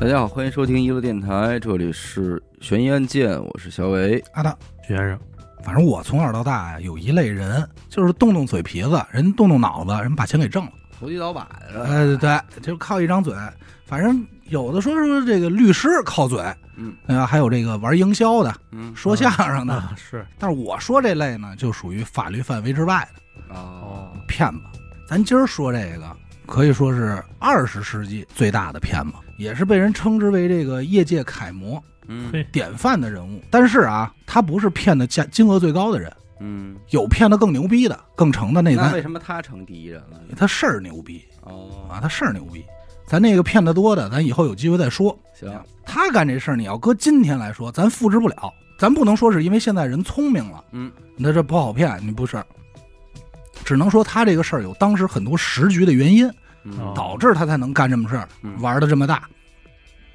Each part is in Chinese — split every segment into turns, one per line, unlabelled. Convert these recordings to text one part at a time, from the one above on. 大家好，欢迎收听一路电台，这里是悬疑案件，我是小伟。
阿当，
徐先生，
反正我从小到大呀，有一类人，就是动动嘴皮子，人动动脑子，人把钱给挣了。
投机倒把的，
呃，对，就靠一张嘴。反正有的说说这个律师靠嘴，
嗯，
呃，还有这个玩营销的、
嗯
说相声的。
啊是
但是我说这类呢，就属于法律范围之外的
哦，
骗子。咱今儿说这个，可以说是二十世纪最大的骗子，也是被人称之为这个业界楷模、
嗯
嘿
典范的人物。但是啊，他不是骗的价金额最高的人。
嗯，
有骗的更牛逼的、更成的那
那
咱
为什么他成第一人了？
他事儿牛逼
哦，
啊，他事儿牛逼。咱那个骗得多的，咱以后有机会再说。
行，
他干这事儿，你要搁今天来说，咱复制不了。咱不能说是因为现在人聪明了，
嗯，
那这不好骗，你不是？只能说他这个事儿有当时很多时局的原因，
嗯
导致他才能干这么事儿
嗯，
玩的这么大。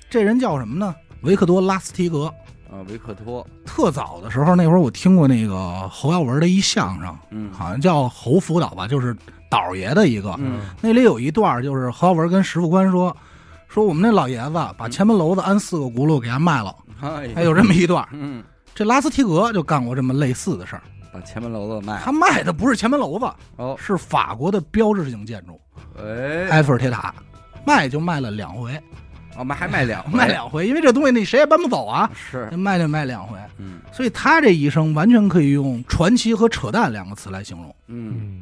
这人叫什么呢？维克多·拉斯提格。
啊，维克托，
特早的时候，那会儿我听过那个侯耀文的一相声，
嗯，
好像叫侯辅导吧，就是导爷的一个。
嗯
那里有一段就是何耀文跟石副官说，说我们那老爷子
嗯
把前门楼子安四个轱辘给他卖了，
哎
还有这么一段。
嗯，
这拉斯提格就干过这么类似的事儿，
把前门楼子卖了
他卖的不是前门楼子，
哎哦，
是法国的标志性建筑
哎，
埃菲尔铁塔，卖就卖了两回，
我们还 卖两回
卖两回，因为这东西你谁也搬不走啊，
是，
卖就卖两回。
嗯
所以他这一生完全可以用传奇和扯淡两个词来形容。
嗯
嗯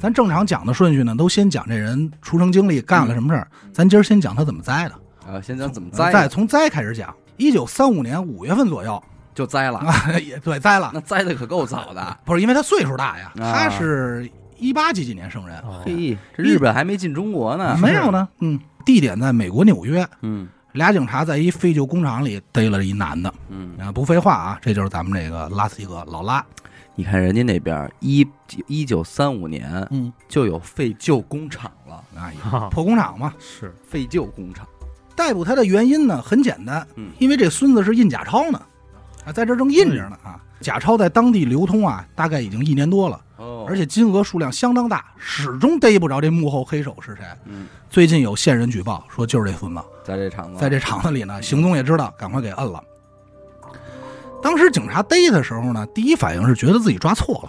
咱正常讲的顺序呢，都先讲这人出生经历干了什么事儿
嗯，
咱今儿先讲他怎么栽的。
啊，先讲怎么
再
栽，
从栽开始讲。一九三五年五月份左右
就栽了，
啊， 也对栽了，
那栽的可够早的，
不是因为他岁数大呀，
啊
他是一八几几年生人，
哦
嘿，这日本还哎没进中国呢，
没有呢，嗯，地点在美国纽约，
嗯
俩警察在一废旧工厂里逮了一男的
嗯，
啊，不废话啊，这就是咱们这个拉斯蒂格老拉，
你看人家那边一一九三五年
嗯
就有废旧工厂了，
啊，也
哈
破工厂嘛。
是
废旧工厂，
逮捕他的原因呢很简单
嗯，
因为这孙子是印假钞呢，啊，在这儿正印着
嗯
呢啊，假钞在当地流通啊，大概已经一年多了。
哦
而且金额数量相当大，始终逮不着这幕后黑手是谁。
嗯，哦
最近有线人举报说就是这孙子，
在这厂子，啊
在这厂子里呢，行踪也知道，赶快给摁了。当时警察逮的时候呢，第一反应是觉得自己抓错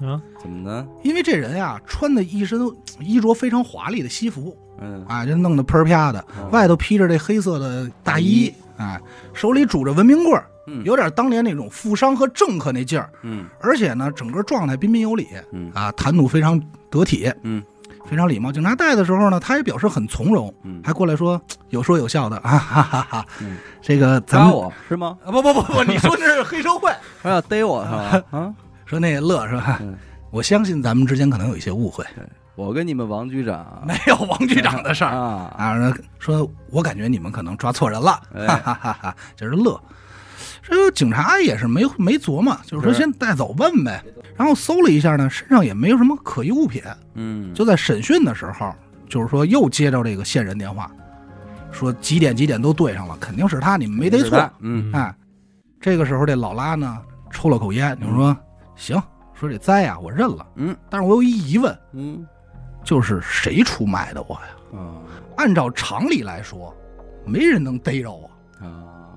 了，
啊
怎么呢？
因为这人呀、穿的一身衣着非常华丽的西服
嗯，
啊，就弄得喷儿啪的，
哦
外头披着这黑色的大衣啊，手里拄着文明棍儿
嗯，
有点当年那种富商和政客那劲儿，
嗯
而且呢，整个状态彬彬有礼，
嗯
啊，谈吐非常得体，
嗯，
非常礼貌。警察带的时候呢，他也表示很从容，
嗯，
还过来说嘖有说有笑的啊，哈哈哈。
嗯
这个咱
抓
们
我是吗？
啊不不不不，你说这是黑社会？
他要逮我是吧？啊，
说那个乐是吧？
嗯
我相信咱们之间可能有一些误会，
我跟你们王局长
没有王局长的事儿
啊，
啊。然后说我感觉你们可能抓错人了，
哎
哈哈哈哈，就是乐。这警察也是没没琢磨，就是说
是
先带走问呗。然后搜了一下呢，身上也没有什么可疑物品，
嗯，
就在审讯的时候，就是说又接到这个线人电话，说几点几点都对上了，肯定是他，你们没逮
是
错
他。，嗯
哎，这个时候这老拉呢抽了口烟，就说：“行，说这灾呀、我认了，
嗯，
但是我有一疑问，
嗯
就是谁出卖的我呀？
啊
按照常理来说，没人能逮着我，
啊，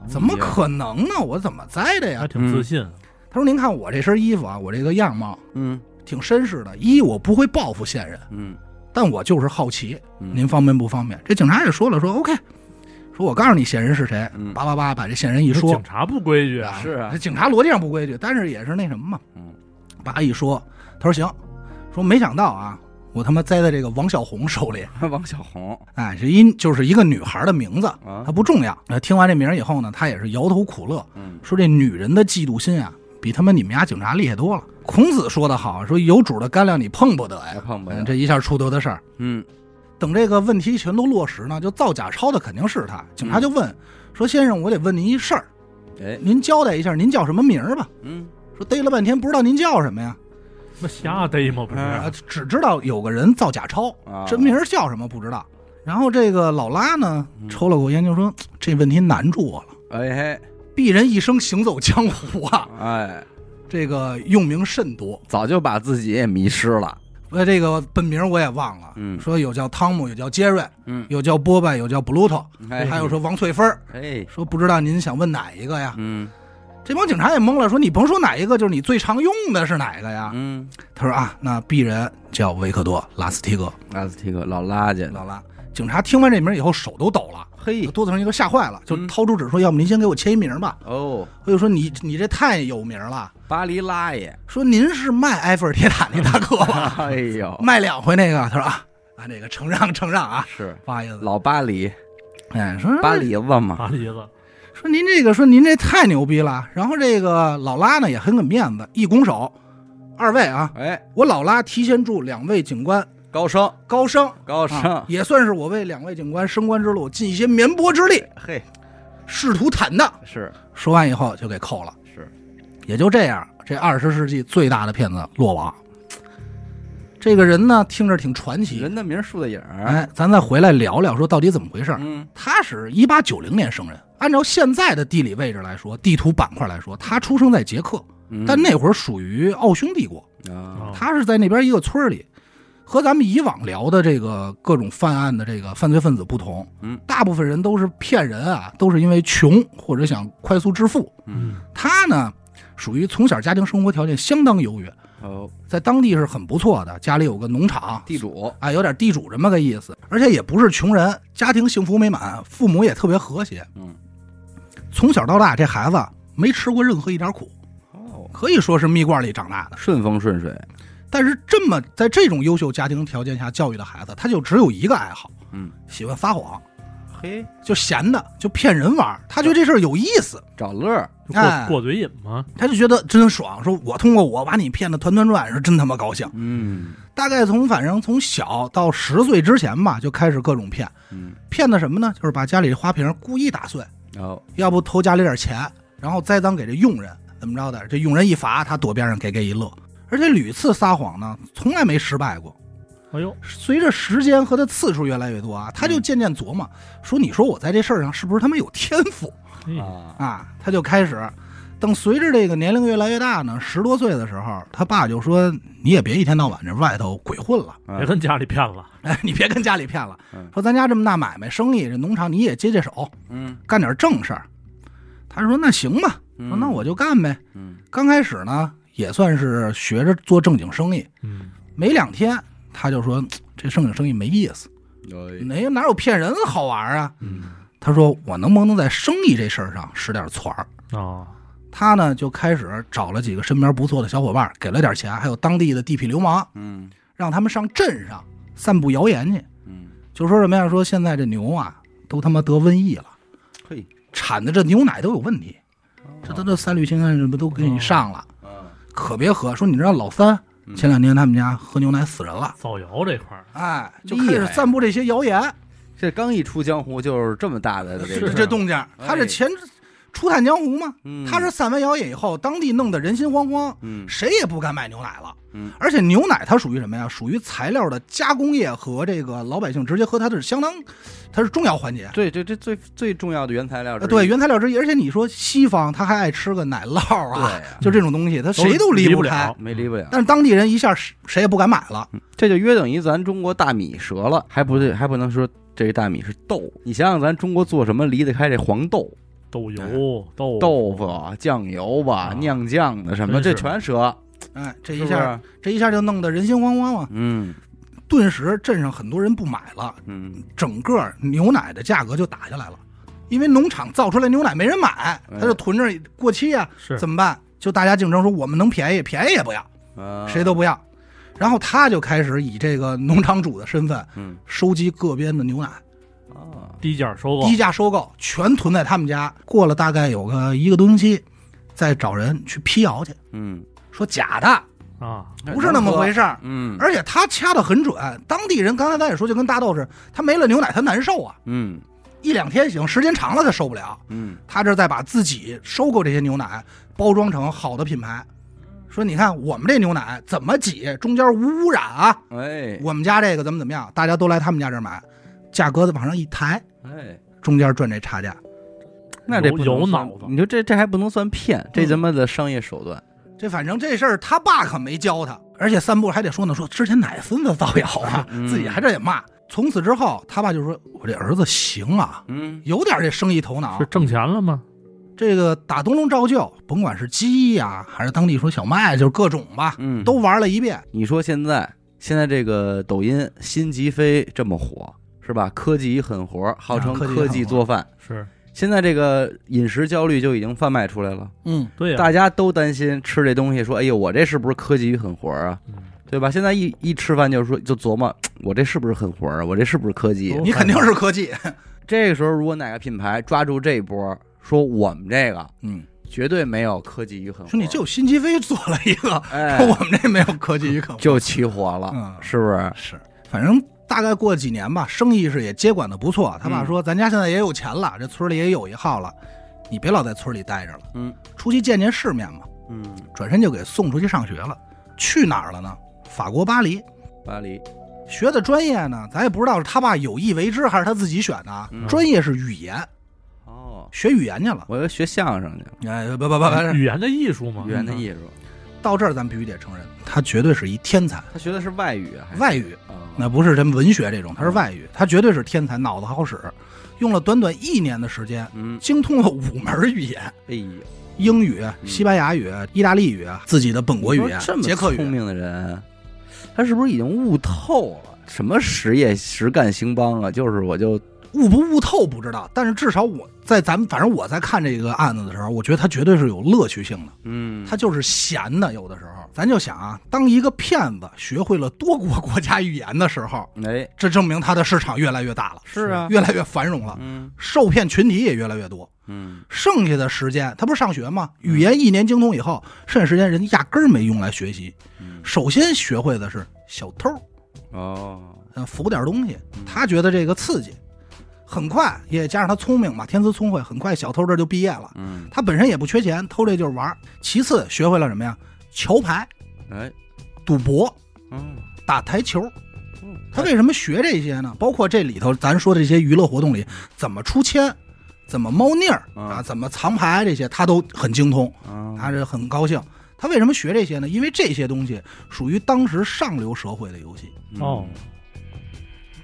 怎么可能呢？我怎么栽的呀
还？”挺自信，啊
他说：“您看我这身衣服啊，我这个样貌
嗯
挺绅士的，一我不会报复线人，
嗯
但我就是好奇，
嗯，
您方便不方便？这警察也说了，说 OK，说我告诉你线人是谁
嗯，
叭叭叭把这线人一
这
说
警，察不规矩
啊
啊，
是啊
这警察逻辑上不规矩，但是也是那什么嘛，
嗯，
叭一说，他说行，说没想到啊，我他妈栽在这个王小红手里，
王小红
哎，是因就是一个女孩的名字，
啊
它，不重要。呃，听完这名儿以后呢，他也是摇头苦乐，
嗯
说这女人的嫉妒心啊，比他妈你们家警察厉害多了。孔子说得好，说有主的干粮你碰不得
还
呀，
哎碰不
嗯
了，
这一下出多的事儿。
嗯
等这个问题全都落实呢，就造假钞的肯定是他。
嗯
警察就问、说：“先生，我得问您一事儿，
哎
您交代一下，您叫什么名儿吧？”
嗯
说逮了半天不知道您叫什么呀，
那瞎逮吗？不
啊，
是，
只知道有个人造假钞，
啊，
真名儿叫什么不知道。然后这个老拉呢
嗯
抽了口烟就说：“这问题难住我了，
哎
鄙人一生行走江 湖啊，
嘿哎，
这个用名甚多，
早就把自己也迷失了，
呃，这个本名我也忘了，
嗯
说有叫汤姆，有叫杰瑞，
嗯，
有叫波拜，有叫布鲁托，
哎
还有说王翠芬儿，
哎，
说不知道您想问哪一个呀？
嗯
这帮警察也懵了，说你甭说哪一个，就是你最常用的是哪个呀？
嗯，
他说啊，那鄙人叫维克多·拉斯提格，
拉斯提克啊老拉家
老拉。警察听完这名以后手都抖了，
嘿
多子上一个吓坏了，就
嗯
掏出纸说：“要不您先给我签一名吧。
哦，”
我就说你：“你这太有名了。
巴黎拉爷，”
说：“您是卖埃菲尔铁塔那大哥吧？
哎呦，
卖两回那个？”他说：“啊，啊，那个承让承让啊，
是
不好意思。
老巴黎，”
哎，说
巴黎子嘛，
麻梨子，
说您这个说您这太牛逼了。然后这个老拉呢也很给面子，一拱手，二位啊，
哎，
我老拉提前祝两位警官
高升
高升，
高
啊
升，，
也算是我为两位警官升官之路尽一些绵薄之力，
嘿，
试图坦荡。
是
说完以后就给扣了。
是，
也就这样，这二十世纪最大的骗子落网。这个人呢，听着挺传奇。
人的名儿树的影儿，
哎，咱再回来聊聊，说到底怎么回事儿？
嗯
他是一八九零年生人，按照现在的地理位置来说，地图板块来说，他出生在捷克，
嗯，
但那会儿属于奥匈帝国。
啊，
哦
他是在那边一个村儿里，和咱们以往聊的这个各种犯案的这个犯罪分子不同。
嗯，
大部分人都是骗人啊，都是因为穷或者想快速致富。
嗯
嗯
他呢，属于从小家庭生活条件相当优越，
哦，
在当地是很不错的，家里有个农场，
地主，
啊，有点地主这么个意思，而且也不是穷人，家庭幸福美满，父母也特别和谐。
嗯，
从小到大，这孩子没吃过任何一点苦，
哦，
可以说是蜜罐里长大的。
顺风顺水，
但是这么在这种优秀家庭条件下教育的孩子，他就只有一个爱好，
嗯，
喜欢撒谎，
嘿，
就闲的就骗人玩儿，他觉得这事儿有意思。
找乐儿，
就
哎
过过嘴瘾嘛，
他就觉得真爽，说我通过我把你骗得团团转，是真他妈高兴。
嗯
大概从反正从小到十岁之前吧，就开始各种骗，
嗯，
骗的什么呢？就是把家里的花瓶故意打碎，
哦，
要不偷家里点钱，然后栽赃给这佣人，怎么着的？这佣人一罚，他躲边上给给一乐。而且屡次撒谎呢，从来没失败过。
哎呦，
随着时间和他次数越来越多啊，他就渐渐琢磨说：“你说我在这事儿上是不是他妈有天赋
嘿
啊，
啊？”他就开始，等随着这个年龄越来越大呢，十多岁的时候，他爸就说：“你也别一天到晚这外头鬼混了。”
嗯
别跟家里骗了，
哎， 你别跟家里骗了
嗯，
说咱家这么大买卖生意，这农场你也接接手，
嗯，
干点正事儿。他说那行吧，说
嗯
那我，就干呗。
嗯
刚开始呢，也算是学着做正经生意，
嗯，
没两天他就说这正经生意没意思，
哎
哪有哪有骗人好玩啊？
嗯
他说我能不能在生意这事儿上使点团儿？
啊，
他呢就开始找了几个身边不错的小伙伴，给了点钱，还有当地的地痞流氓，
嗯
让他们上镇上散布谣言去。
嗯，
就说什么呀？说现在这牛啊，都他妈得瘟疫了，
嘿，
产的这牛奶都有问题，
哦
这都这三氯氰胺这不都给你上了，
啊，
可别喝。说你知道老三
嗯
前两天他们家喝牛奶死人了，
造谣这块儿，
哎，就
厉
开
害
始散布这些谣言，
这刚一出江湖就是这么大的
是
这
这
个
这动静儿，
哎
他这前初探江湖嘛，
嗯
他这散完谣言以后，当地弄得人心惶惶，
嗯
谁也不敢买牛奶了。
嗯
而且牛奶它属于什么呀？属于材料的加工业和这个老百姓直接喝，它是相当，它是重要环节。
对，这这最最重要的原材料之
呃
一，
对原材料之一，而且你说西方他还爱吃个奶酪
对
啊，
呀，
就这种东西，他谁
都
离
离
不
不
开
了。
没离不了，嗯
但是当地人一下谁谁也不敢买了，
这就约等于咱中国大米折了，还不对，还不能说这大米是豆。你想想，咱中国做什么离得开这黄豆、
豆油、
哦
豆
豆腐、酱油吧
啊、
酿酱的什么，
真
这
是
全折，
哎，这
是
一
不
下
是？
这一下就弄得人心惶惶啊！
嗯
顿时镇上很多人不买了，
嗯，
整个牛奶的价格就打下来了，因为农场造出来牛奶没人
哎
买，他就囤着过期啊，
是
怎么办？就大家竞争说我们能便宜，便宜也不要，
啊
谁都不要。然后他就开始以这个农场主的身份
嗯
收集各边的牛奶，
啊
低价收购，
低价收购，全囤在他们家。过了大概有个一个多星期，再找人去辟谣去，
嗯，
说假的，
啊，
不是那么回事儿。
嗯
而且他掐得很准，当地人刚才咱也说，就跟大豆似的，他没了牛奶他难受啊，
嗯
一两天行，时间长了他受不了。
嗯
他这再把自己收购这些牛奶包装成好的品牌，说你看我们这牛奶怎么挤，中间无污染啊，
哎
我们家这个怎么怎么样，大家都来他们家这儿买，价格往上一抬，
哎，
中间赚这差价。
那这
有
不能
有
算
脑子
你
嗯
说这这还不能算骗，这他妈的商业手段。
这反正这事儿他爸可没教他，而且散步还得说呢，说之前奶孙子造谣啊，
嗯
自己还这也骂。从此之后，他爸就说：“我这儿子行啊，
嗯，
有点这生意头脑
是。挣钱了吗？
这个打灯笼照旧，甭管是鸡呀、还是当地说小麦，就是各种吧，
嗯，
都玩了一遍。
你说现在现在这个抖音新极飞这么火是吧？科技一狠活，号称
啊科技
科技
狠活
做饭。
是
现在这个饮食焦虑就已经贩卖出来了，
嗯，
对呀、
大家都担心吃这东西，说哎呦我这是不是科技与狠活啊？
嗯
对吧？现在一一吃饭就说就琢磨我这是不是狠活啊？我这是不是科技？
多
你肯定是科技。
这个时候如果哪个品牌抓住这一波，说我们这个
嗯，
绝对没有科技与狠活，
兄弟，就新鸡飞做了一个，
哎
说 我们这没有科技与可
就起火了，
嗯
是不是？
是，反正大概过几年吧，生意是也接管的不错。他爸
嗯
说：“咱家现在也有钱了，这村里也有一号了，你别老在村里待着了，
嗯
出去见见世面嘛。
嗯，”
转身就给送出去上学了，去哪儿了呢？法国巴黎
巴黎，
学的专业呢，咱也不知道是他爸有意为之还是他自己选的啊。
嗯
专业是语言，
哦，
学语言去了。
我要学相声去了，
哎，不不不
嗯
不，
语言的艺术嘛，
语言的艺术，
到这儿咱必须得承认，他绝对是一天才。
他学的是外语啊还是
外语
哦
那不是什么文学这种，
嗯
他是外语，他绝对是天才，脑子好使。用了短短一年的时间，
嗯，
精通了五门语言：
哎呦，
英语、西班牙语、意大利语、自己的本国语
嗯你
言
说这、
捷克
么聪
语。
明的人，他是不是已经悟透了什么实业实干兴邦啊？就是我就
悟不悟透不知道，但是至少我在咱们，反正我在看这个案子的时候，我觉得他绝对是有乐趣性的。
嗯
他就是闲的，有的时候，咱就想啊，当一个骗子学会了多国国家语言的时候，
哎
这证明他的市场越来越大了，
是啊，
越来越繁荣了，
嗯
受骗群体也越来越多。
嗯
剩下的时间，他不是上学吗？语言一年精通以后，剩下时间人家压根儿没用来学习。
嗯
首先学会的是小偷，
哦
嗯，扶点东西
嗯，
他觉得这个刺激。很快，也加上他聪明嘛，天资聪慧，很快小偷这就毕业了。
嗯
他本身也不缺钱，偷这就是玩儿。其次，学会了什么呀？桥牌、
哎
赌博、
嗯
打台球。
嗯
他为什么学这些呢？包括这里头咱说这些娱乐活动里，怎么出签，怎么猫腻儿
嗯
啊，怎么藏牌这些，他都很精通。
啊
他是很高兴。他为什么学这些呢？因为这些东西属于当时上流社会的游戏，
哦
嗯
嗯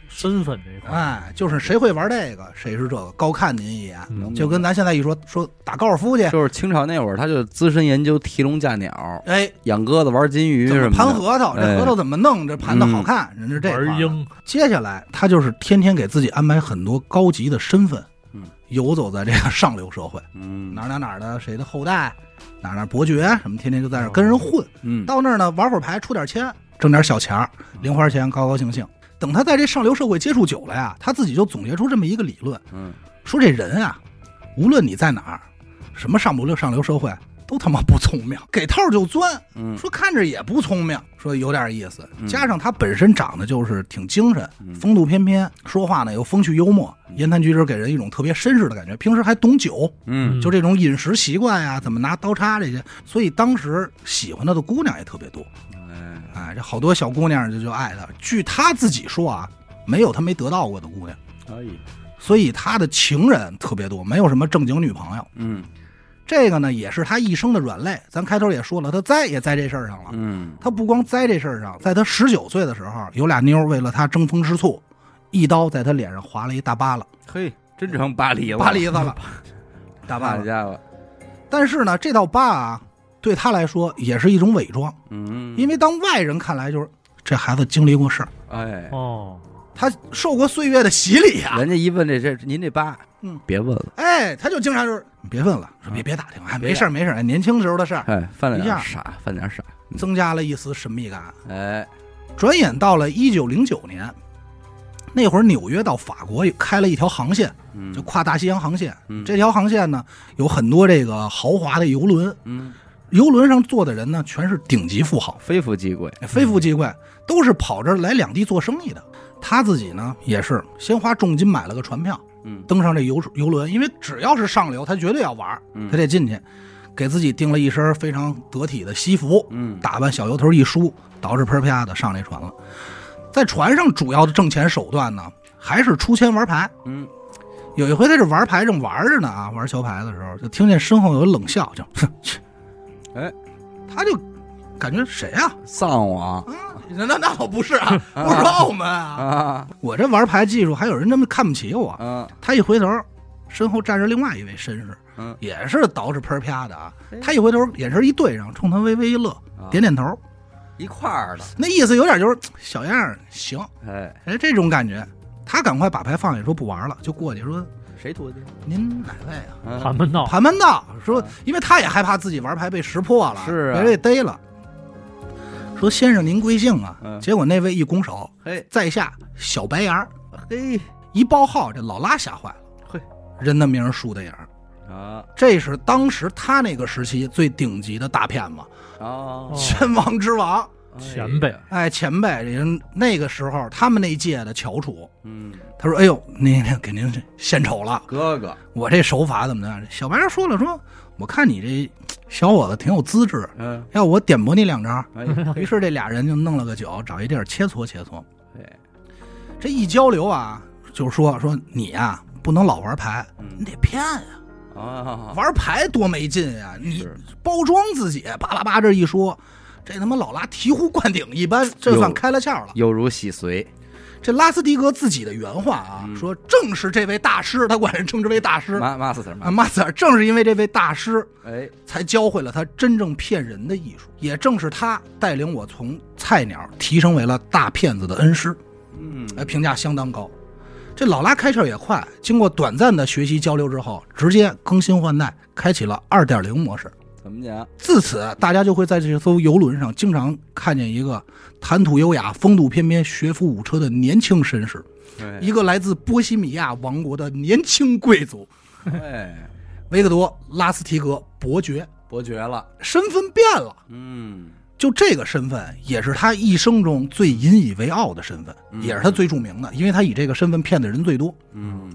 身份这一块儿，
哎，就是谁会玩这个，谁是这个，高看您一眼。
啊嗯能
嗯
就跟咱现在一说说打高尔夫去，
就是清朝那会儿，他就资深研究提笼架鸟、
哎，
养鸽子、玩金鱼
怎
什么的，
么盘核桃？
哎嗯
这核桃怎么弄？这盘的好看，人是这块儿
玩
的。
鹰，
接下来他就是天天给自己安排很多高级的身份，
嗯，
游走在这个上流社会，
嗯
哪儿哪儿哪儿的谁的后代，哪儿哪儿伯爵什么，天天就在那儿跟人混。
嗯
到那儿呢玩会儿牌，出点钱，挣点小钱儿，零花钱，高高兴兴。等他在这上流社会接触久了呀，他自己就总结出这么一个理论，
嗯
说这人啊，无论你在哪儿，什么上不流上流社会，都他妈不聪明，给套就钻。
嗯
说看着也不聪明，说有点意思
嗯，
加上他本身长得就是挺精神
嗯，
风度翩翩，说话呢又风趣幽默，言谈举止给人一种特别绅士的感觉。平时还懂酒，
嗯
就这种饮食习惯呀，怎么拿刀叉这些，所以当时喜欢他的姑娘也特别多。
哎
哎，这好多小姑娘就就爱他。据他自己说啊，没有他没得到过的姑娘，
嗯
可以
所以他的情人特别多，没有什么正经女朋友。
嗯
这个呢，也是他一生的软肋。咱开头也说了，他栽也栽这事儿上了。
嗯
他不光栽这事儿上，在他十九岁的时候，有俩妞儿为了他争风吃醋，一刀在他脸上划了一大疤了，
嘿，真成巴黎了，
巴黎 子了，大疤
好
了。
家伙，
但是呢，这道疤啊，对他来说也是一种伪装，
嗯，
因为当外人看来就是这孩子经历过事儿，
哎，
哦，
他受过岁月的洗礼啊。
人家一问这事，您这疤，
嗯，
别问了，
哎，他就经常就是你别问了，
嗯
说别别打听，哎，没事儿没事儿，哎年轻时候的事儿，
哎，犯了
一
点
下
傻，犯点傻，
增加了一丝神秘感。
哎，
转眼到了一九零九年，那会儿纽约到法国也开了一条航线，
嗯
就跨大西洋航线。
嗯
这条航线呢，有很多这个豪华的游轮，
嗯，
游轮上坐的人呢，全是顶级富豪，
非富即贵，
非富即贵，都是跑这儿来两地做生意的。他自己呢，也是先花重金买了个船票，
嗯
登上这游游轮，因为只要是上流，他绝对要玩儿，
嗯
他得进去，给自己订了一身非常得体的西服，
嗯，
打扮小油头一梳，捯饬喷啪的上这船了。在船上主要的挣钱手段呢，还是出钱玩牌。
嗯，
有一回他这玩牌正玩着呢啊， 玩桥牌的时候，就听见身后有冷笑，就哼，切
哎，
他就感觉谁啊？
丧王
那那那我不是 啊，我是澳门啊！
啊
我这玩牌技术还有人这么看不起我。
啊
他一回头，身后站着另外一位绅士，
嗯
也是捯饬喷啪的啊
哎。
他一回头，眼神一对上，冲他微微一乐，
啊
点点头，
一块儿的，
那意思有点就是小样儿，行，
哎，
哎，这种感觉。他赶快把牌放下，说不玩了，就过去说
谁徒弟？：“
您哪位啊
啊
盘盘？”道，
盘盘道说
啊，
因为他也害怕自己玩牌被识破了，
是啊
被被逮了。说先生您贵姓啊？
嗯
结果那位一拱手，
嘿
在下小白牙儿
嘿
一报号，这老拉吓坏了，
嘿，
人的名儿树的影儿，
啊
这是当时他那个时期最顶级的大骗子，
啊
哦
拳 王之王。
前辈，
哎，前辈，人那个时候他们那一届的翘楚，
嗯，
他说：“哎呦，那那给您献丑了，
哥哥，
我这手法怎么样？”小白牙说了说：“我看你这小伙子挺有资质，
嗯，
要我点拨你两招。
哎”
于是这俩人就弄了个酒，找一地儿切磋切磋。
哎，
这一交流啊，就说说你呀、不能老玩牌，
嗯
你得骗呀、
啊，
玩牌多没劲呀、你
是
包装自己，巴拉巴这一说，这他妈老拉醍醐灌顶一般，这算
有
开了窍了。
有如洗髓，
这拉斯蒂格自己的原话啊，
嗯
说正是这位大师，他管人称之为大师
马马斯特
啊，
马，
马塞尔正是因为这位大师，
哎，
才教会了他真正骗人的艺术，也正是他带领我从菜鸟提升为了大骗子的恩师。
嗯，
哎，评价相当高。这老拉开窍也快，经过短暂的学习交流之后，直接更新换代，开启了2.0模式。
怎么讲？
自此，大家就会在这艘游轮上经常看见一个谈吐优雅、风度翩翩、学富五车的年轻绅士，
哎
一个来自波西米亚王国的年轻贵族
哎，
维克多·拉斯提格伯爵，
伯爵了，
身份变了。
嗯，
就这个身份，也是他一生中最引以为傲的身份，
嗯
也是他最著名的，因为他以这个身份骗的人最多。
嗯，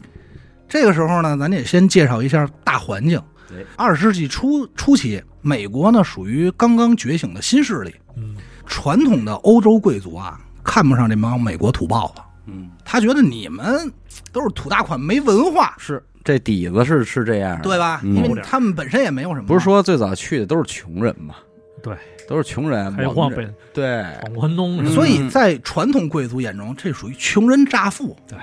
这个时候呢，咱得先介绍一下大环境
哎。
二十世纪初初期，美国呢属于刚刚觉醒的新势力，
嗯，
传统的欧洲贵族啊看不上这帮美国土豹子，
嗯，
他觉得你们都是土大款，没文化，
是这底子是是这样的，
对吧？
嗯
因为他们本身也没有什么。
不是说最早去的都是穷人嘛？
对，
都是穷人，
开
蒙
荒
人
北
对，
闯关东
嗯
是吧，
所以在传统贵族眼中，这属于穷人乍富，
对，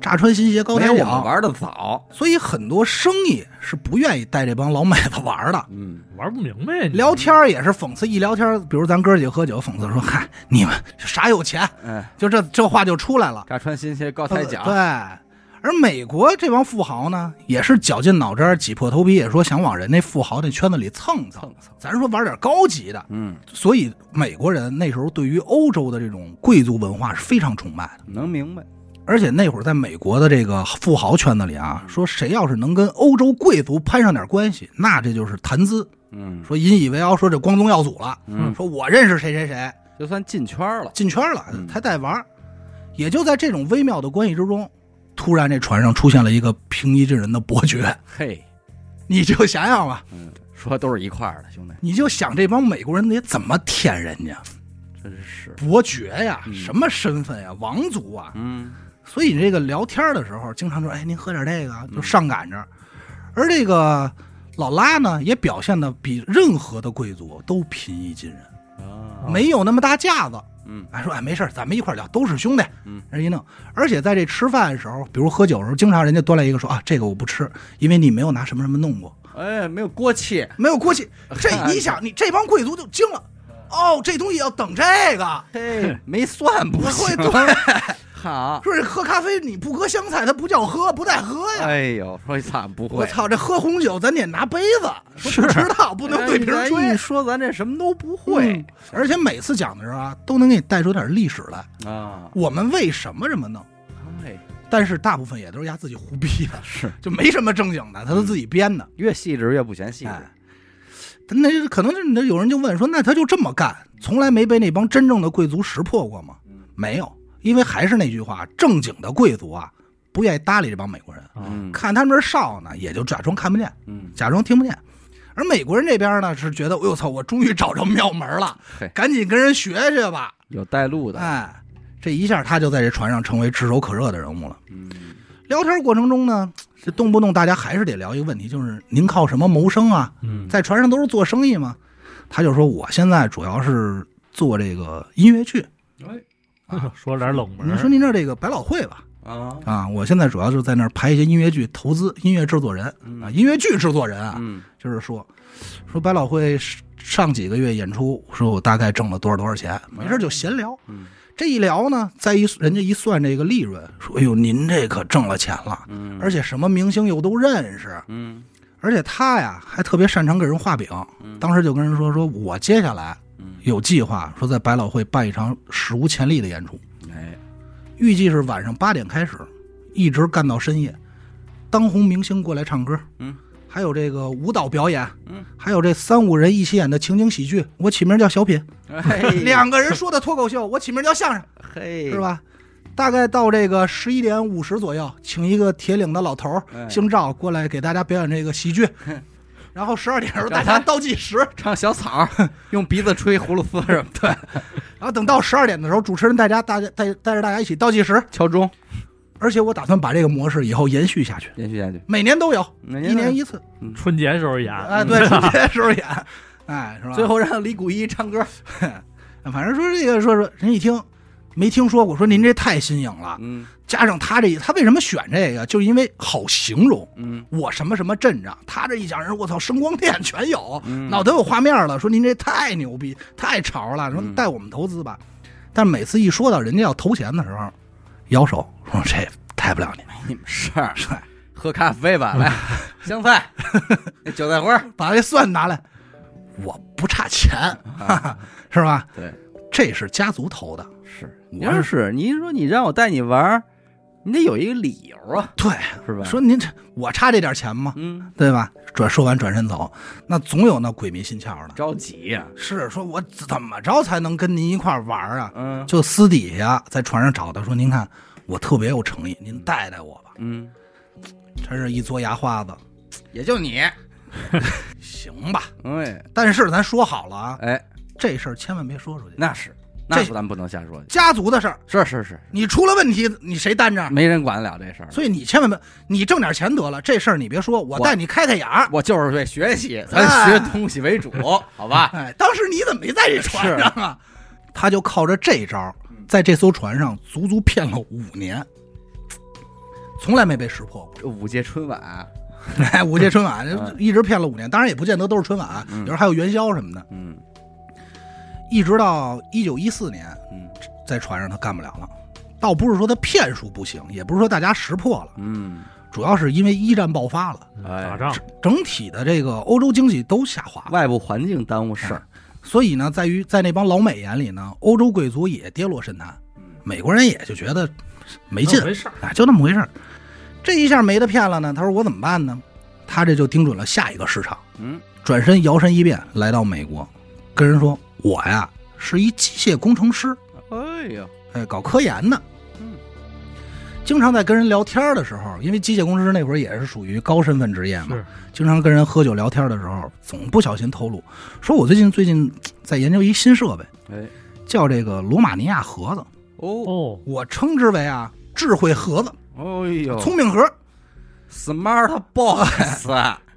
乍穿新鞋高
没
抬
有我们
脚，
玩的早，
所以很多生意是不愿意带这帮老买子玩的。
嗯，
玩不明白你
聊天儿也是讽刺，一聊天儿，比如咱哥几个喝酒，讽刺说：“嗨， 你们啥有钱
哎，？”
就这这话就出来了。
乍穿新鞋高抬脚，
对，而美国这帮富豪呢，也是绞尽脑汁儿、挤破头皮，也说想往人那富豪那圈子里蹭蹭。
蹭蹭，
咱说玩点高级的，
嗯，
所以美国人那时候对于欧洲的这种贵族文化是非常崇拜的。
能明白，
而且那会儿在美国的这个富豪圈子里啊，说谁要是能跟欧洲贵族攀上点关系，那这就是谈资。
嗯，
说引以为傲，说这光宗耀祖了。
嗯
说我认识谁谁谁
就算进圈了，
进圈了
嗯，
他带玩儿。也就在这种微妙的关系之中，突然这船上出现了一个平易近人的伯爵。
嘿，
你就想想吧，
嗯，说都是一块儿的兄弟，
你就想这帮美国人得怎么舔人家
真是，
伯爵呀，
嗯
什么身份呀，王族啊。
嗯，
所以这个聊天的时候，经常说：“哎，您喝点这个啊，
嗯
就上赶着。而这个老拉呢，也表现的比任何的贵族都平易近人，
啊，
没有那么大架子。
嗯
哎，说哎没事儿，咱们一块儿聊，都是兄弟。
嗯，
人一弄，而且在这吃饭的时候，比如喝酒的时候，经常人家端来一个说啊，这个我不吃，因为你没有拿什么什么弄过，
哎，没有锅气，
没有 锅气。这
看
你想，你这帮贵族就惊了，哦，这东西要等这 个，
嘿，没蒜不
我会
行，
对，
好，
说是喝咖啡你不搁香菜，它不叫喝，不带喝呀。
哎呦，说惨不
我
会。
操，这喝红酒咱得拿杯子，说不知道不能对瓶
哎咱一
吹。
说咱这什么都不会
嗯而且每次讲的时候啊，都能给你带出点历史来，
嗯
啊，
我们为什么这么弄？
哎，
但是大部分也都是丫自己胡逼的，
是嗯
就没什么正经的，他都自己编的。
越细致越不嫌细致，
哎，那可能就是那有人就问说，那他就这么干，从来没被那帮真正的贵族识破过吗
嗯？
没有，因为还是那句话，正经的贵族啊，不愿意搭理这帮美国人，
啊，
嗯
看他们这少呢，也就假装看不见，
嗯，
假装听不见。而美国人这边呢，是觉得，哎呦操，我终于找着庙门了
嘿，
赶紧跟人学学吧。
有带路的，
哎，这一下他就在这船上成为炙手可热的人物了。
嗯
聊天过程中呢，这动不动大家还是得聊一个问题，就是您靠什么谋生啊？
嗯，
在船上都是做生意嘛。他就说我现在主要是做这个音乐剧。
哎， 说点冷门
您
儿。
说您这儿这个百老汇吧，
啊，
啊，我现在主要就是在那儿拍一些音乐剧，投资音乐制作人啊，音乐剧制作人啊，
嗯
就是说说百老汇上几个月演出，说我大概挣了多少多少钱，没事儿就闲聊。
嗯
这一聊呢，再一人家一算这个利润，说：“哎呦，您这可挣了钱了，
嗯
而且什么明星又都认识，
嗯
而且他呀还特别擅长给人画饼。”当时就跟人说：“说我接下来
嗯，
有计划，说在百老汇办一场史无前例的演出，
哎，
预计是晚上八点开始，一直干到深夜。当红明星过来唱歌，
嗯，
还有这个舞蹈表演，
嗯，
还有这三五人一起演的情景喜剧，我起名叫小品；
哎
两个人说的脱口秀，我起名叫相声。”
嘿
是？吧？大概到这个十一点五十左右，请一个铁岭的老头儿
哎
姓赵过来给大家表演这个 喜剧，然后十二点的时候大家倒计时，然
唱小草儿， 用鼻子吹葫芦丝什么的，
后等到十二点的时候，主持人带家大家带带着大家一起倒计时，
敲钟，
而且我打算把这个模式以后延续下去，
延续下去。
每年都有，
每
一年一次，
春节时候演，
哎，对，春节时候演，哎，是吧？
啊嗯最后让李谷一唱歌，
反正说这个，说说人一听。没听说过，说您这太新颖了。
嗯
加上他这，他为什么选这个？就是因为好形容。
嗯
我什么什么阵仗，他这一讲人，我操，声光电全有，
嗯
脑袋有画面了。说您这太牛逼，太潮了，说
嗯
带我们投资吧。但每次一说到人家要投钱的时候，摇手说这带不了你们，
你们事 儿，
帅，
喝咖啡吧，来，嗯 香菜，那韭菜花 儿，
把这蒜拿来，我不差钱，
啊
哈哈，是吧？
对，
这是家族投的，
是，
我
你要是你说你让我带你玩儿，你得有一个理由啊，
对，
是吧？
说您这我差这点钱吗？
嗯，
对吧？转说完转身走，那总有那鬼迷心窍的。
着急啊呀，
是说我怎么着才能跟您一块儿玩儿啊？
嗯
就私底下在船上找他，说：“您看，我特别有诚意，您带带我吧。
嗯，”
真是一嘬牙花子，
也就你，
行吧。
哎
但是咱说好了啊，
哎，
这事儿千万别说出去。
那是，
这
那咱们不能瞎说去，
家族的事儿，
是是是，
你出了问题，你谁担着？
没人管得了这事儿。
所以你千万别，你挣点钱得了，这事儿你别说，我带你开开眼儿。
我就是为学习，咱学东西为主， 好吧？
哎，当时你怎么没在这船上啊？嗯他就靠着这招，在这艘船上足足骗了五年，从来没被识破过。
这五届春晚，
哎，五届春晚
嗯
一直骗了五年，当然也不见得都是春晚，啊有时候还有元宵什么的。
嗯
一直到一九一四年，
嗯
在船上他干不了了。倒不是说他骗术不行，也不是说大家识破了，
嗯，
主要是因为一战爆发了，
嗯
哎
打仗，
整体的这个欧洲经济都下滑，
外部环境耽误事儿，
所以呢，在于在那帮老美眼里呢，欧洲贵族也跌落神坛，美国人也就觉得没劲
嗯那，没事儿，
啊，就那么回事儿。这一下没得骗了呢，他说我怎么办呢？他这就盯准了下一个市场。
嗯
转身摇身一变来到美国，跟人说：“我呀是一机械工程师，
哎呀，
哎，搞科研的。
嗯”
经常在跟人聊天的时候，因为机械工程师那会儿也是属于高身份职业嘛
是，
经常跟人喝酒聊天的时候，总不小心透露，说我最近最近嘖在研究一新设备，
哎
叫这个罗马尼亚盒子，
哦
哦，
我称之为啊智慧盒子、
哎呦
聪明盒，
，smart box，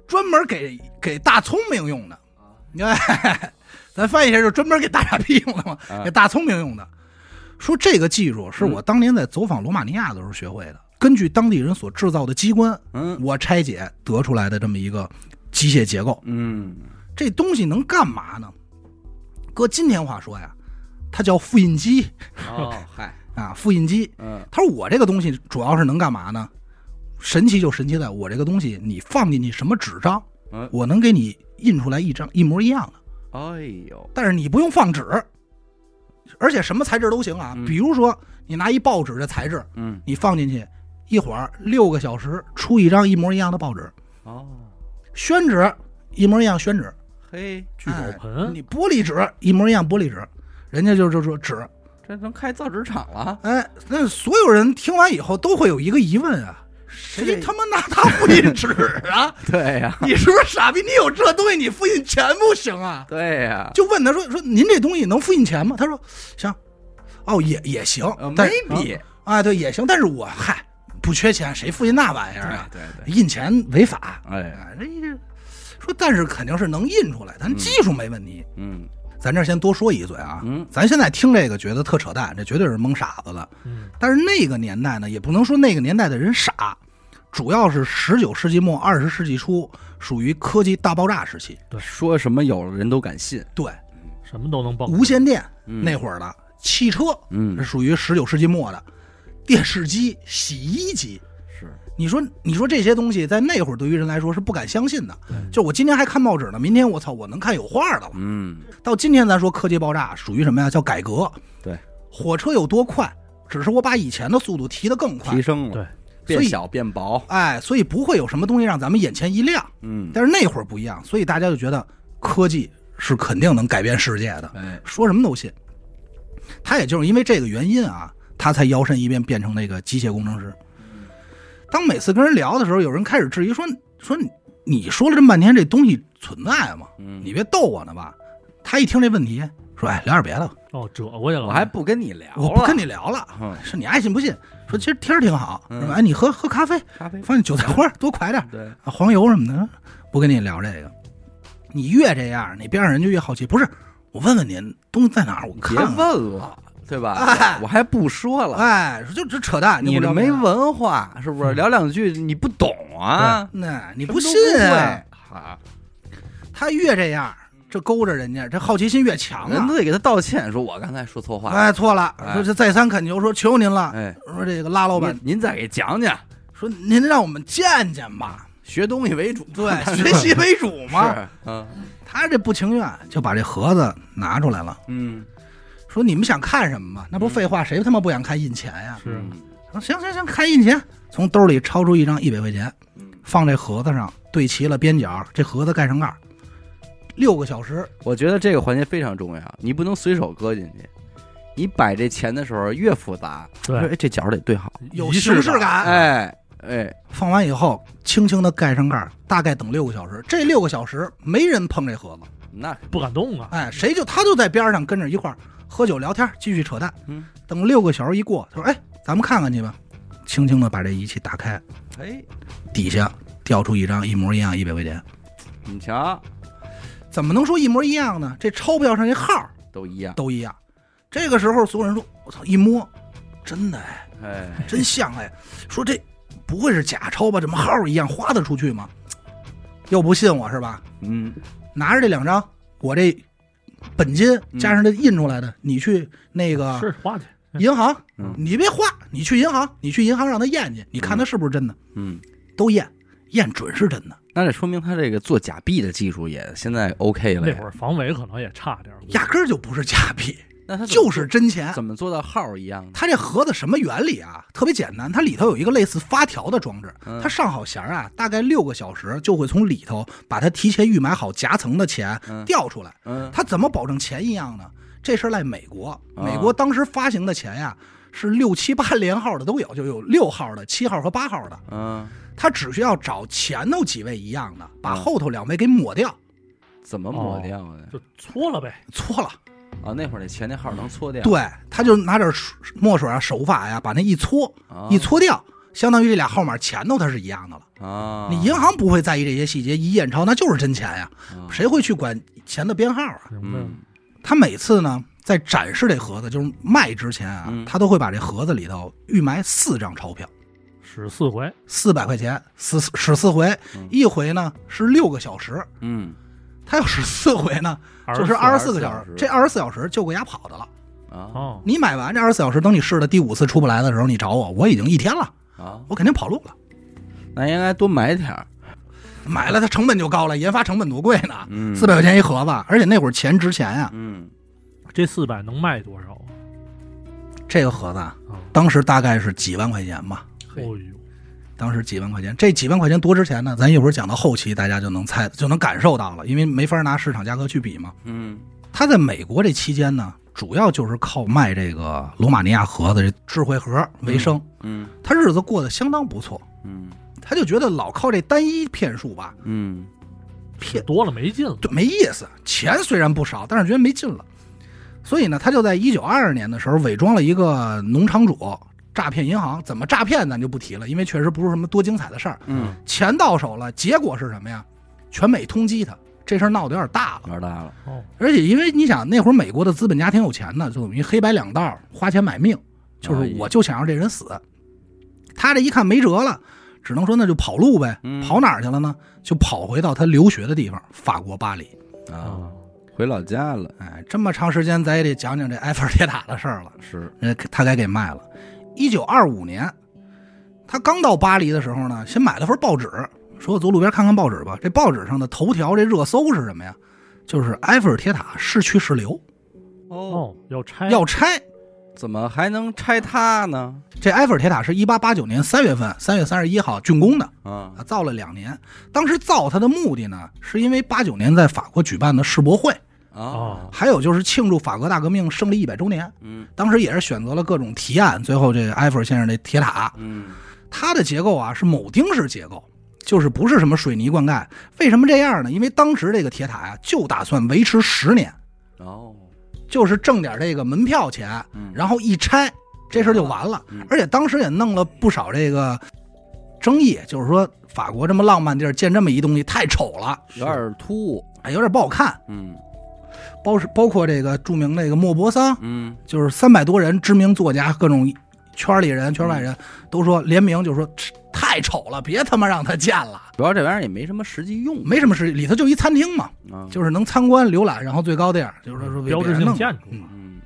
专门给给大聪明用的。哎， 咱翻译一下，就专门给大傻逼用的嘛，
啊
给大聪明用的。说这个技术是我当年在走访罗马尼亚的时候学会的，根据当地人所制造的机关，
嗯
我拆解得出来的这么一个机械结构。
嗯，
这东西能干嘛呢？搁今天话说呀，它叫复印机
哦嗨，
啊，复印机。
嗯
他说我这个东西主要是能干嘛呢？神奇就神奇在我这个东西，你放进去什么纸张
嗯，
我能给你印出来一张一模一样的。
哎呦，
但是你不用放纸，而且什么材质都行啊。
嗯
比如说，你拿一报纸的材质，
嗯
你放进去，一会儿六个小时出一张一模一样的报纸，
哦
宣纸一模一样宣纸，
嘿，哎
聚宝盆，
你玻璃纸一模一样玻璃纸，人家就就说纸。
这能开造纸厂了？
哎，那所有人听完以后都会有一个疑问啊，谁
这
他妈拿它复印纸啊？
对呀
你是不是傻逼？你有这东西，你复印钱不行啊？
对呀，
就问他说说您这东西能复印钱吗？他说行，哦也也行
呃，
但是
，maybe，
啊对也行，但是我嗨不缺钱，谁复印那玩意
哎对
儿啊？
对对，
印钱违法，
哎
啊这一说但是肯定是能印出来，咱技术没问题。
嗯
咱这儿先多说一嘴啊，
嗯
咱现在听这个觉得特扯淡，这绝对是蒙傻子了。
嗯
但是那个年代呢，也不能说那个年代的人傻，主要是十九世纪末二十世纪初，属于科技大爆炸时期。
说什么有人都敢信，
对，
什么都能蹦。
无线电
嗯
那会儿的，汽车是
嗯
属于十九世纪末的，电视机、洗衣机。
是
你说，你说这些东西在那会儿对于人来说是不敢相信的。
嗯
就我今天还看报纸呢，明天我操，我能看有画的了。
嗯
到今天咱说科技爆炸属于什么呀？叫改革。
对，
火车有多快，只是我把以前的速度提得更快
提。升了，
对
变
所以
小变薄，
哎，所以不会有什么东西让咱们眼前一亮。
嗯
但是那会儿不一样，所以大家就觉得科技是肯定能改变世界的，
哎
说什么都信。他也就是因为这个原因啊，他才摇身一变变成那个机械工程师。当每次跟人聊的时候，有人开始质疑说：“说你你说了这么半天，这东西存在吗？
嗯，
你别逗我呢吧？”他一听这问题，说：“哎，聊点别的吧，
哦，折过去了。
我还不跟你聊啊了，
我不跟你聊了，
嗯
是你爱信不信。”说：“其实天儿挺好，
嗯
是吧？哎，你喝喝咖啡，
咖啡，
放点韭菜花，多快点。”
对，
啊，黄油什么的，不跟你聊这个。你越这样，你边上人就越好奇。不是，我问问您，东西在哪儿？我看
别
看。
问了，对吧
哎？
我还不说了，
哎，就这扯淡，
你
不
这
了解
没。文化是不是？
嗯
聊两句你不懂啊，
那你
你
不信啊？
啊？
他越这样，这勾着人家，这好奇心越强
人
啊
都。得给他道歉，说我刚才说错话了。
哎，错了，
哎
说这再三恳求，说求您了。
哎，
说这个拉老板
您，您再给讲讲，
说您让我们见见吧。
学东西为主，
对， 学习为主嘛。
是，嗯
他这不情愿，就把这盒子拿出来了，
嗯
说你们想看什么嘛？那不废话，谁他妈不想看印钱呀？
是
嗯
说啊行行行，看印钱，从兜里抄出一张一百块钱
嗯，
放这盒子上，对齐了边角，这盒子盖上盖儿。六个小时，
我觉得这个环节非常重要，你不能随手搁进去。你摆这钱的时候越复杂，说
对，
哎这角儿得对好，
有
仪式
形式感
哎哎，
放完以后，轻轻的盖上盖儿，大概等六个小时。这六个小时没人碰这盒子，
那
不敢动啊。
哎，谁就他就在边上跟着一块儿喝酒聊天，继续扯淡。
嗯
等六个小时一过，他说：“哎，咱们看看去吧。”轻轻的把这仪器打开，
哎，
底下掉出一张一模一样一百块钱。
你瞧
怎么能说一模一样呢？这钞票上这号儿
都一样，
都一样。这个时候，所有人说：“我操！”一摸，真的哎，
哎，
真像哎。说这不会是假钞吧？怎么号儿一样花得出去吗？又不信我是吧？
嗯
拿着这两张，我这本金
嗯
加上这印出来的，你去那个
是花去。
银行，
嗯
你别花，你去银行，你去银行让他验去，你看他是不是真的，
嗯，
都验，验准是真的。
那这说明他这个做假币的技术也现在 OK 了
那
呀。
会儿防伪可能也差点儿。
压根儿就不是假币，
那他怎么
就是真钱。
怎么做到号儿一样的？
它这盒子什么原理啊？特别简单，它里头有一个类似发条的装置
嗯，
它上好弦儿啊，大概六个小时就会从里头把它提前预买好夹层的钱
嗯
调出来。
嗯，
它怎么保证钱一样呢？这事儿赖美国，
啊
美国当时发行的钱呀、是六七八 连号的都有，就有六号的、七号和八号的。
嗯，
它只需要找前头几位一样的，把
嗯
后头两位给抹掉，
怎么抹掉的？
就搓了呗，
搓了。
啊，那会儿那钱那号能搓掉，
对，他就拿点水墨水啊、手法呀、把那一搓，
啊
一搓掉，相当于这俩号码前头它是一样的了。
啊，
你银行不会在意这些细节，一验钞那就是真钱呀，
啊
谁会去管钱的编号啊？
明白吗？
嗯
他每次呢在展示这盒子，就是卖之前啊
嗯，
他都会把这盒子里头预埋四张钞票，
使四回，
四百块钱，使使四回
嗯，
一回呢是六个小时，
嗯
他要使四回呢就是
24
二十四个小
24
时，这二十四小时就给伢跑的了。
啊
哦，
你买完这二十四小时，等你试了第五次出不来的时候，你找我，我已经一天了，
啊，
我肯定跑路了。
那应该多买点儿，
买了它成本就高了，研发成本多贵呢，
嗯
四百块钱一盒子，而且那会儿钱值钱呀、
嗯
这四百能卖多少啊？
这个盒子啊
嗯
当时大概是几万块钱吧，
嘿
哦呦，
当时几万块钱，这几万块钱多值钱呢？咱一会儿讲到后期，大家就能猜就能感受到了，因为没法拿市场价格去比嘛。
嗯
他在美国这期间呢，主要就是靠卖这个罗马尼亚盒子这智慧盒为生，
嗯
他日子过得相当不错。
嗯
他就觉得老靠这单一骗术吧，
嗯
骗
多了没劲了。
对没意思。钱虽然不少，但是觉得没劲了。所以呢，他就在一九二二年的时候伪装了一个农场主诈骗银行。怎么诈骗咱就不提了，因为确实不是什么多精彩的事儿。
嗯
钱到手了，结果是什么呀？全美通缉他，这事儿闹得有点大了。
玩大了，
哦，
而且因为你想，那会儿美国的资本家挺有钱的，就等于黑白两道，花钱买命，就是我就想让这人死。他这一看没辙了，只能说那就跑路呗。
嗯
跑哪儿去了呢？就跑回到他留学的地方，法国巴黎。
啊，
哦，
回老家了，
哎，这么长时间，咱也得讲讲这埃菲尔铁塔的事儿了。
是，
呃，他该给卖了。一九二五年，他刚到巴黎的时候呢，先买了份报纸，说我走路边看看报纸吧。这报纸上的头条，这热搜是什么呀？就是埃菲尔铁塔市区石流
哦，
哦，要拆，
要拆。
怎么还能拆它呢？
这埃菲尔铁塔是一八八九年三月份，三月三十一号竣工的，
啊
啊，造了两年。当时造它的目的呢，是因为八九年在法国举办的世博会，
啊，
还有就是庆祝法国大革命胜利一百周年。
嗯
当时也是选择了各种提案，最后这个埃菲尔先生这铁塔，
嗯，
它的结构啊是铆钉式结构，就是不是什么水泥灌溉。为什么这样呢？因为当时这个铁塔呀、就打算维持十年，
哦，
就是挣点这个门票钱，
嗯
然后一拆这事儿就完了
嗯。
而且当时也弄了不少这个争议，就是说法国这么浪漫地儿建这么一东西太丑了，
有点突兀，
哎，有点不好看。
嗯
包是包括这个著名那个莫泊桑，
嗯，
就是三百多人知名作家，各种圈里人、圈外人都说联名，就说太丑了，别他妈让他建了，
主要这玩意儿也没什么实际用，
没什么事，里头就一餐厅嘛，
啊，
就是能参观浏览，然后最高点儿就是说说别
嗯标志
别
性
弄
建筑嘛，
嗯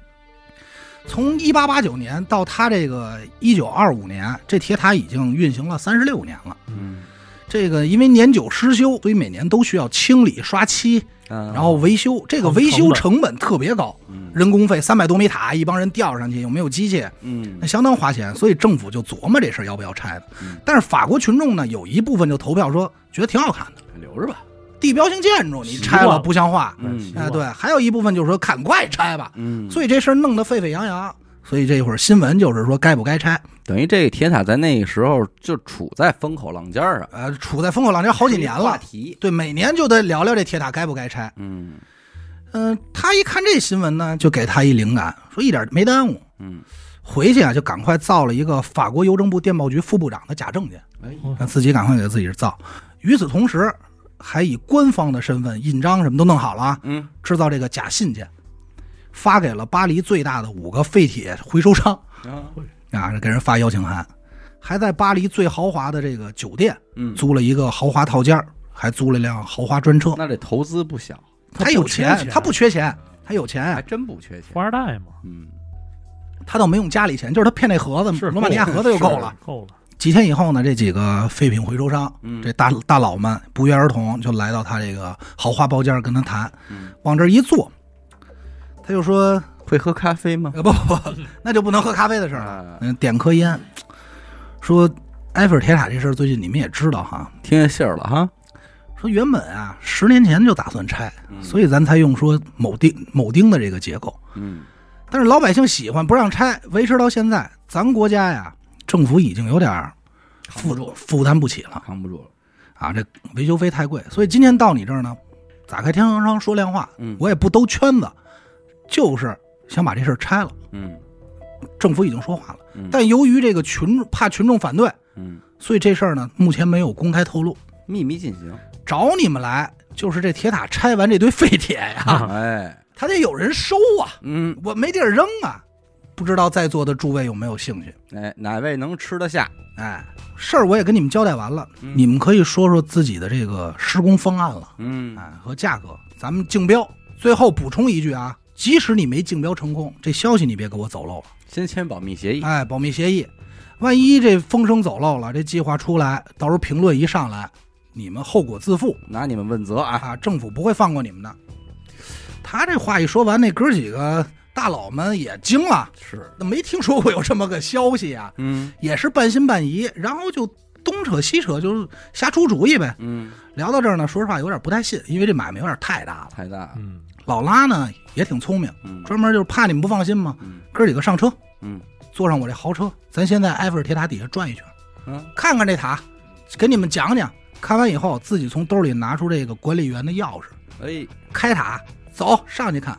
从一八八九年到他这个一九二五年，这铁塔已经运行了三十六年了。
嗯
这个因为年久失修，所以每年都需要清理、刷漆，
啊，
嗯
然后维修。这个维修成本特别高，
嗯
人工费三百多米塔，一帮人吊上去，有没有机器？
嗯
那相当花钱，所以政府就琢磨这事儿要不要拆了
嗯。
但是法国群众呢，有一部分就投票说觉得挺好看的，
留着吧，
地标性建筑你拆
习惯
了
了
不像话，
嗯
习
哎
惯
对，还有一部分就是说赶快拆吧，
嗯，
所以这事儿弄得沸沸扬扬。所以这会儿新闻就是说该不该拆，
等于这铁塔在那个时候就处在风口浪尖儿上，
呃，处在风口浪尖好几年
话
了，
题，
对，每年就得聊聊这铁塔该不该拆。
嗯
嗯、他一看这新闻呢，就给他一灵感，说一点没耽误，
嗯，
回去啊就赶快造了一个法国邮政部电报局副部长的假证件。
哎，
让自己赶快给自己造。与此同时，还以官方的身份印章什么都弄好了啊，
嗯
制造这个假信件，发给了巴黎最大的五个废铁回收商
啊，
啊，给人发邀请函，还在巴黎最豪华的这个酒店
嗯，
租了一个豪华套间儿还租了辆豪华专车。
那这投资不小，
他有
不缺
钱，
钱
他不缺钱，他有钱
还
啊，
真不缺钱
富，二代嘛，
哎嗯
他倒没用家里钱，就是他骗那盒子，
是
嗯罗马尼亚盒子就够了。
够了，
几天以后呢，这几个废品回收商
嗯，
这大大佬们不约而同就来到他这个豪华包间儿跟他谈
嗯，
往这儿一坐，他就说
会喝咖啡吗：“？
呃不不不，那就不能喝咖啡的事儿了。
啊，
嗯，点颗烟，说埃菲尔铁塔这事儿最近你们也知道哈。
听见信儿了哈，
说原本啊，十年前就打算拆，
嗯
所以咱才用说铆钉铆钉的这个结构。
嗯
但是老百姓喜欢，不让拆，维持到现在，咱国家呀，政府已经有点儿负负担不起了。”
扛不住了，
啊，这维修费太贵，所以今天到你这儿呢，打开天窗说亮话，
嗯
我也不兜圈子，就是想把这事儿拆了。
嗯
政府已经说话了，
嗯
但由于这个群怕群众反对，
嗯，
所以这事儿呢目前没有公开透露。
秘密进行，
找你们来，就是这铁塔拆完这堆废铁呀，
哎，
它得有人收啊，
嗯，
我没地儿扔啊。不知道在座的诸位有没有兴趣？
哎，哪位能吃得下？
哎，事儿我也跟你们交代完了，
嗯
你们可以说说自己的这个施工方案了。
嗯
哎和价格，咱们竞标。最后补充一句啊，即使你没竞标成功，这消息你别给我走漏了。
先签保密协议，
哎，保密协议，万一这风声走漏了，这计划出来，到时候评论一上来，你们后果自负
拿你们问责啊，
啊！政府不会放过你们的。他这话一说完，那哥几个大佬们也惊了，
是，
那没听说过有这么个消息啊，
嗯
也是半信半疑，然后就东扯西扯，就是瞎出主意呗。
嗯，
聊到这儿呢，说实话有点不太信，因为这买卖有点太大了。
太大了，
嗯，
老拉呢也挺聪明，
嗯
专门就是怕你们不放心嘛。
嗯
哥几个上车，
嗯
坐上我这豪车，咱先在埃菲尔铁塔底下转一圈，
嗯，
看看这塔，给你们讲讲。看完以后，自己从兜里拿出这个管理员的钥匙，
哎，
开塔，走上去看。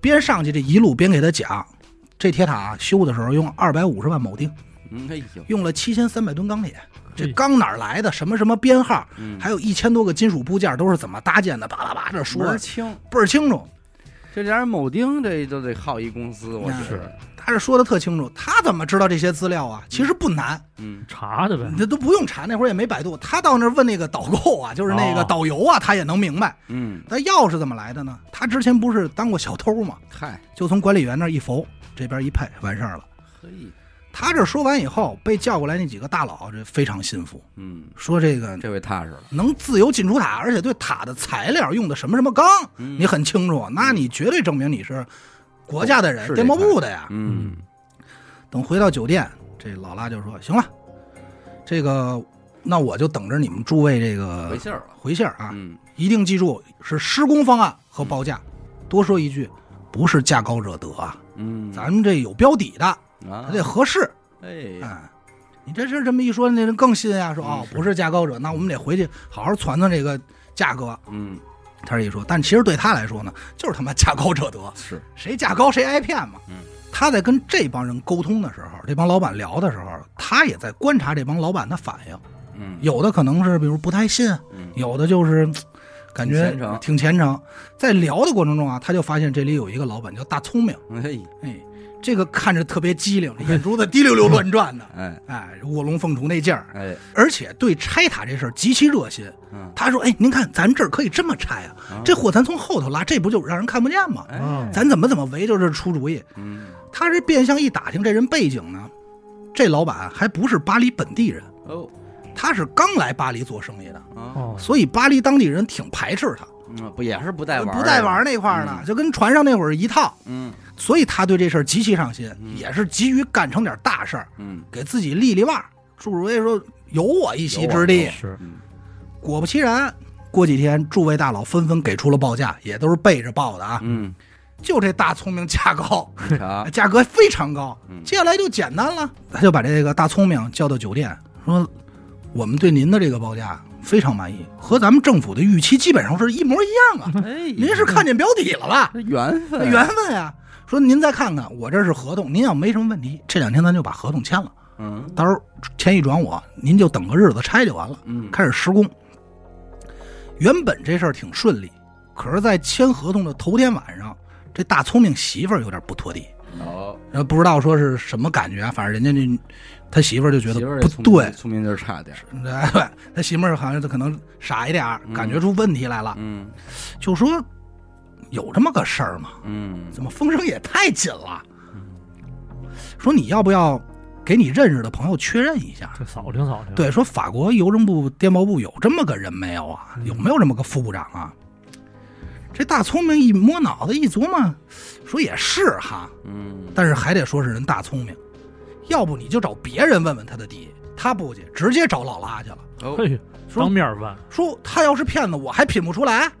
边上去这一路边给他讲，这铁塔修的时候用二百五十万铆钉，
嗯，哎呦，
用了七千三百吨钢铁。这
嘿
钢哪儿来的？什么什么编号？
嗯，
还有一千多个金属部件都是怎么搭建的？叭叭叭，这说
门儿清，
倍儿清楚。
这俩人铆钉这都得靠一公司，我
那
觉得，
他这说的特清楚，他怎么知道这些资料啊？其实不难，
嗯
查的呗
你。这都不用查，那会儿也没百度。他到那儿问那个导购啊，就是那个
哦
导游啊，他也能明白。
嗯，
那钥匙怎么来的呢？他之前不是当过小偷吗？
嗨，
就从管理员那儿一缝，这边一配完事儿了。
嘿，
他这说完以后，被叫过来那几个大佬这非常信服，
嗯，
说这个
这回踏实了，
能自由进出塔，而且对塔的材料用的什么什么钢，
嗯
你，很清楚，那你绝对证明你是国家的人，
是这
电报部的呀。
嗯
等回到酒店，这老拉就说：“行了，这个那我就等着你们诸位这
回
个
信儿了，
回信儿啊，
嗯，
一定记住是施工方案和报价。多说一句，不是价高者得啊，
嗯，
咱们这有标底的，
啊
它，得合适。
哎，
哎，你这事儿这么一说，那人更信啊，说
嗯
哦，
是
不是价高者，那我们得回去好好传传这个价格。
嗯，
他这一说，但其实对他来说呢，就是他妈价 高者得，
是，
谁价高谁挨骗嘛。
嗯，
他在跟这帮人沟通的时候，这帮老板聊的时候，他也在观察这帮老板的反应，
嗯，
有的可能是比如不太信，
嗯，
有的就是嘖感觉
挺虔诚
挺虔诚。在聊的过程中啊，他就发现这里有一个老板叫大聪明，
哎，，
哎，这个看着特别机灵，眼珠子滴溜溜乱转的
哎，
哎，卧龙凤雏那劲儿，
哎，
而且对拆塔这事儿极其热心。
嗯，
他说：“哎，您看咱这儿可以这么拆啊，
啊
这，货咱从后头拉，这不就让人看不见吗？
哎，
咱怎么怎么围，就是出主意。
嗯，
他这变相一打听这人背景呢，这老板还不是巴黎本地人，
哦，
他是刚来巴黎做生意的，
啊，
哦，
所以巴黎当地人挺排斥他，
嗯，不也是不带玩，
不带玩儿，那嗯块儿呢，就跟船上那会儿一套。
嗯，
所以他对这事儿极其上心，也是急于干成点大事儿，
嗯，
给自己立立腕儿。祝诸位说有我一席之地，
是
嗯，
果不其然，过几天诸位大佬纷纷给出了报价，也都是背着报的啊。
嗯，
就这大聪明价高，
啥？
价格非常高
嗯。
接下来就简单了，他就把这个大聪明叫到酒店，说我们对您的这个报价非常满意，和咱们政府的预期基本上是一模一样啊。
哎，啊
您是看见标底了吧？
这缘分，
缘分呀、说您再看看，我这是合同，您要没什么问题，这两天咱就把合同签了，
嗯
到时候钱一转我，您就等个日子拆就完了。
嗯，
开始施工。原本这事儿挺顺利，可是，在签合同的头天晚上，这大聪明媳妇儿有点不妥地，
好，
然后不知道说是什么感觉啊，反正人家就他媳妇儿就觉得
媳妇儿
不
也聪明
对，
聪明劲儿差点儿，
哎 对，他媳妇儿好像就可能傻一点儿，
嗯
感觉出问题来了，
嗯
就说有这么个事儿吗？
嗯，
怎么风声也太紧了？说你要不要给你认识的朋友确认一下？
这扫听扫听。，
对，说法国邮政部电报部有这么个人没有啊？有没有这么个副部长啊？这大聪明一摸脑子一琢磨，说也是哈，
嗯
但是还得说是人大聪明，要不你就找别人问问他的底，他不去，直接找老拉去了。
哦，
嘿，
说
当面问，
说他要是骗子，我还品不出来啊！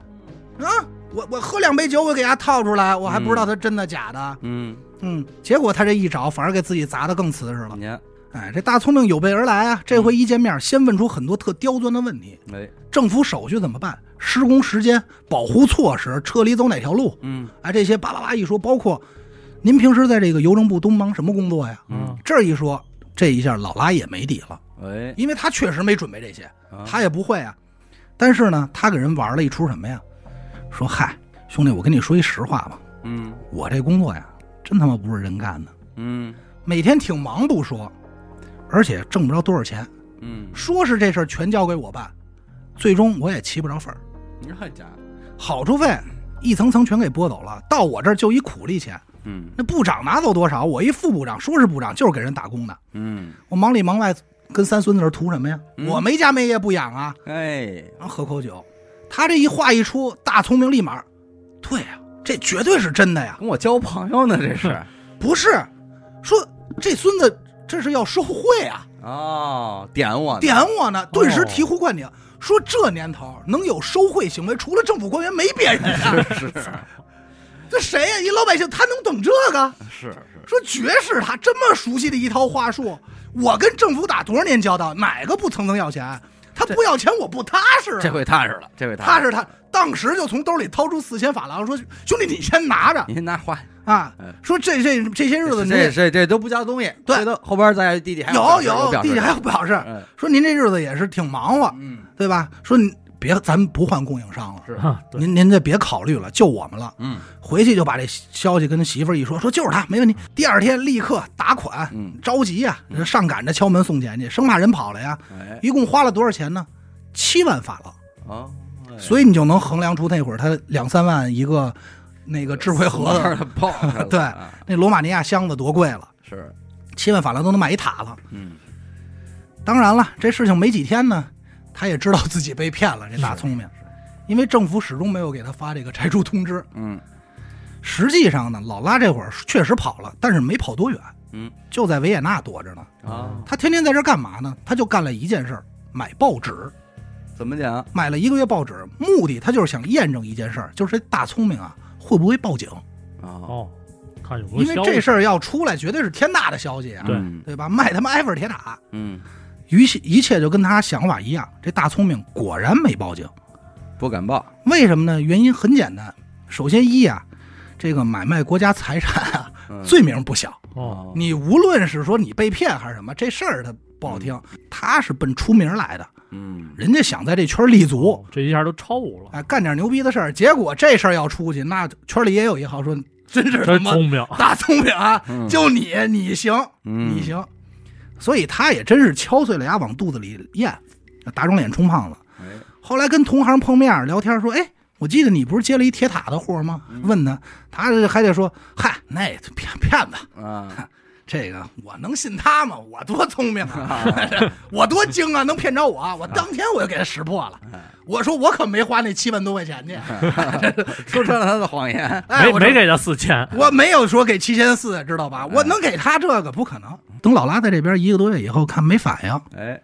我我喝两杯酒，我给他套出来，我还不知道他真的假的。
嗯，
嗯结果他这一找，反而给自己砸得更瓷实了。
你看，
哎，这大聪明有备而来啊！这回一见面，先问出很多特刁钻的问题，
哎，
政府手续怎么办？施工时间、保护措施、撤离走哪条路？
嗯
哎，这些叭叭叭一说，包括您平时在这个邮政部都忙什么工作呀？
嗯
嗯，
这儿一说，这一下老拉也没底了，
哎，
因为他确实没准备这些，
啊
他也不会啊。但是呢，他给人玩了一出什么呀？说嗨，兄弟，我跟你说一实话吧，
嗯
我这工作呀，真他妈不是人干的，
嗯
每天挺忙不说，而且挣不着多少钱，
嗯，
说是这事儿全交给我办，最终我也起不着份儿。
你说还假？
好处费一层层全给拨走了，到我这儿就一苦力钱。
嗯
那部长拿走多少？我一副部长，说是部长，就是给人打工的。
嗯，
我忙里忙外，跟三孙子这儿图什么呀？
嗯
我没家没业不养啊，
哎，
然后喝口酒。他这一话一出，大聪明立马，对呀、这绝对是真的呀！
跟我交朋友呢，这是
不是，说这孙子这是要收贿啊，
哦，点我呢
点我呢，顿时醍醐灌顶。说这年头能有收贿行为，除了政府官员没别人 啊！
是
这谁呀、一老百姓他能懂这个？
是是，
说绝世他这么熟悉的一套话术，我跟政府打多少年交道，哪个不层层要钱？他不要钱，我不踏实啊。
这回踏实了，这回
踏
实
实他，当时就从兜里掏出四千法郎，说：“兄弟，你先拿着
了，。你先拿花，”
啊
嗯，
说这这这些日子您
这这这都不叫东西，
对
这都后边咱弟弟还
有
有
有弟弟还有表示，
嗯
说您这日子也是挺忙活，
嗯
对吧？说你别，咱们不换供应商了，
是
啊，对，
您您这别考虑了，就我们了。
嗯
回去就把这消息跟媳妇儿一说，说就是他，没问题。第二天立刻打款，
嗯，
着急呀、上赶着敲门送钱去，生怕人跑了呀。
哎
一共花了多少钱呢？七万法郎。
啊，哎
所以你就能衡量出那会儿他两三万一个那个智慧盒
死
子，
玩意儿爆开了
对
啊
那罗马尼亚箱子多贵了，
是
七万法郎都能买一塔了。
嗯
当然了，这事情没几天呢，他也知道自己被骗了，这大聪明，因为政府始终没有给他发这个拆除通知。
嗯
实际上呢，老拉这会儿确实跑了，但是没跑多远，
嗯，
就在维也纳躲着呢。
啊，
他天天在这干嘛呢？他就干了一件事儿，买报纸，
怎么讲？
买了一个月报纸，目的他就是想验证一件事儿，就是这大聪明啊会不会报警？
啊，
哦，看有没有
因为
消
这
息
事儿要出来，绝对是天大的消息啊，
对
嗯
对吧？卖他妈埃菲尔铁塔，
嗯，
一切一切就跟他想法一样。这大聪明果然没报警，
不敢报，
为什么呢？原因很简单，首先一啊，这个买卖国家财产啊，
嗯
罪名不小。
哦，
哦
你无论是说你被骗还是什么，这事儿他不好听，
嗯
他是奔出名来的，
嗯
人家想在这圈立足。
哦这一下都超了，
哎，干点牛逼的事儿，结果这事儿要出去，那圈里也有一号说，真是他
真
妈
聪明，
大聪明啊！
嗯
就你，你行，
嗯
你行。所以他也真是敲碎了牙往肚子里咽，打肿脸充胖子。
哎
后来跟同行碰面聊天说，哎，我记得你不是接了一铁塔的货吗？
嗯
问他，他还得说，嗨，那骗骗子，
啊，
这个我能信他吗？我多聪明啊， 我多精啊，能骗着我？我当天我就给他识破了。
哎
我说我可没花那七万多块钱去，
说穿了他的谎 言，
哎，
没
我
没
这，
给他四千，
我没有说给七千四，知道吧？我能给他这个不可能。等老拉在这边一个多月以后，看没反应，
哎，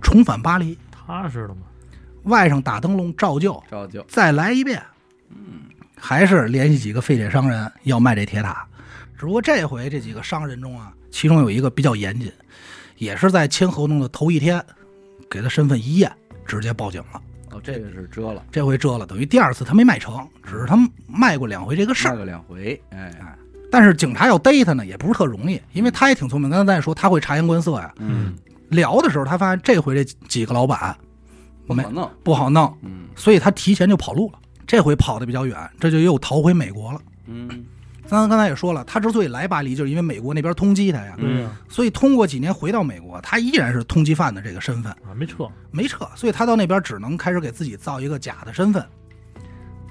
重返巴黎，
踏实 了吗？
外甥打灯笼照旧，
照旧，
再来一遍。嗯，还是联系几个废铁商人要卖这铁塔，只不过这回这几个商人中啊，其中有一个比较严谨，也是在签合同的头一天，给他身份一验，直接报警了。
哦，这个是遮了，
这回折了，等于第二次他没卖成，只是他卖过两回这个事
骂
儿。
了两回，哎，
但是警察要逮他呢，也不是特容易，因为他也挺聪明。刚才咱也说他会察言观色呀。
嗯，
聊的时候，他发现这回这几个老板
不
没
可能，
不好弄，
嗯
所以他提前就跑路了。这回跑的比较远，这就又逃回美国了。
嗯
咱刚才也说了，他之所以来巴黎，就是因为美国那边通缉他呀。
嗯
对呀，
所以通过几年回到美国，他依然是通缉犯的这个身份
啊，没撤，
没撤，所以他到那边只能开始给自己造一个假的身份。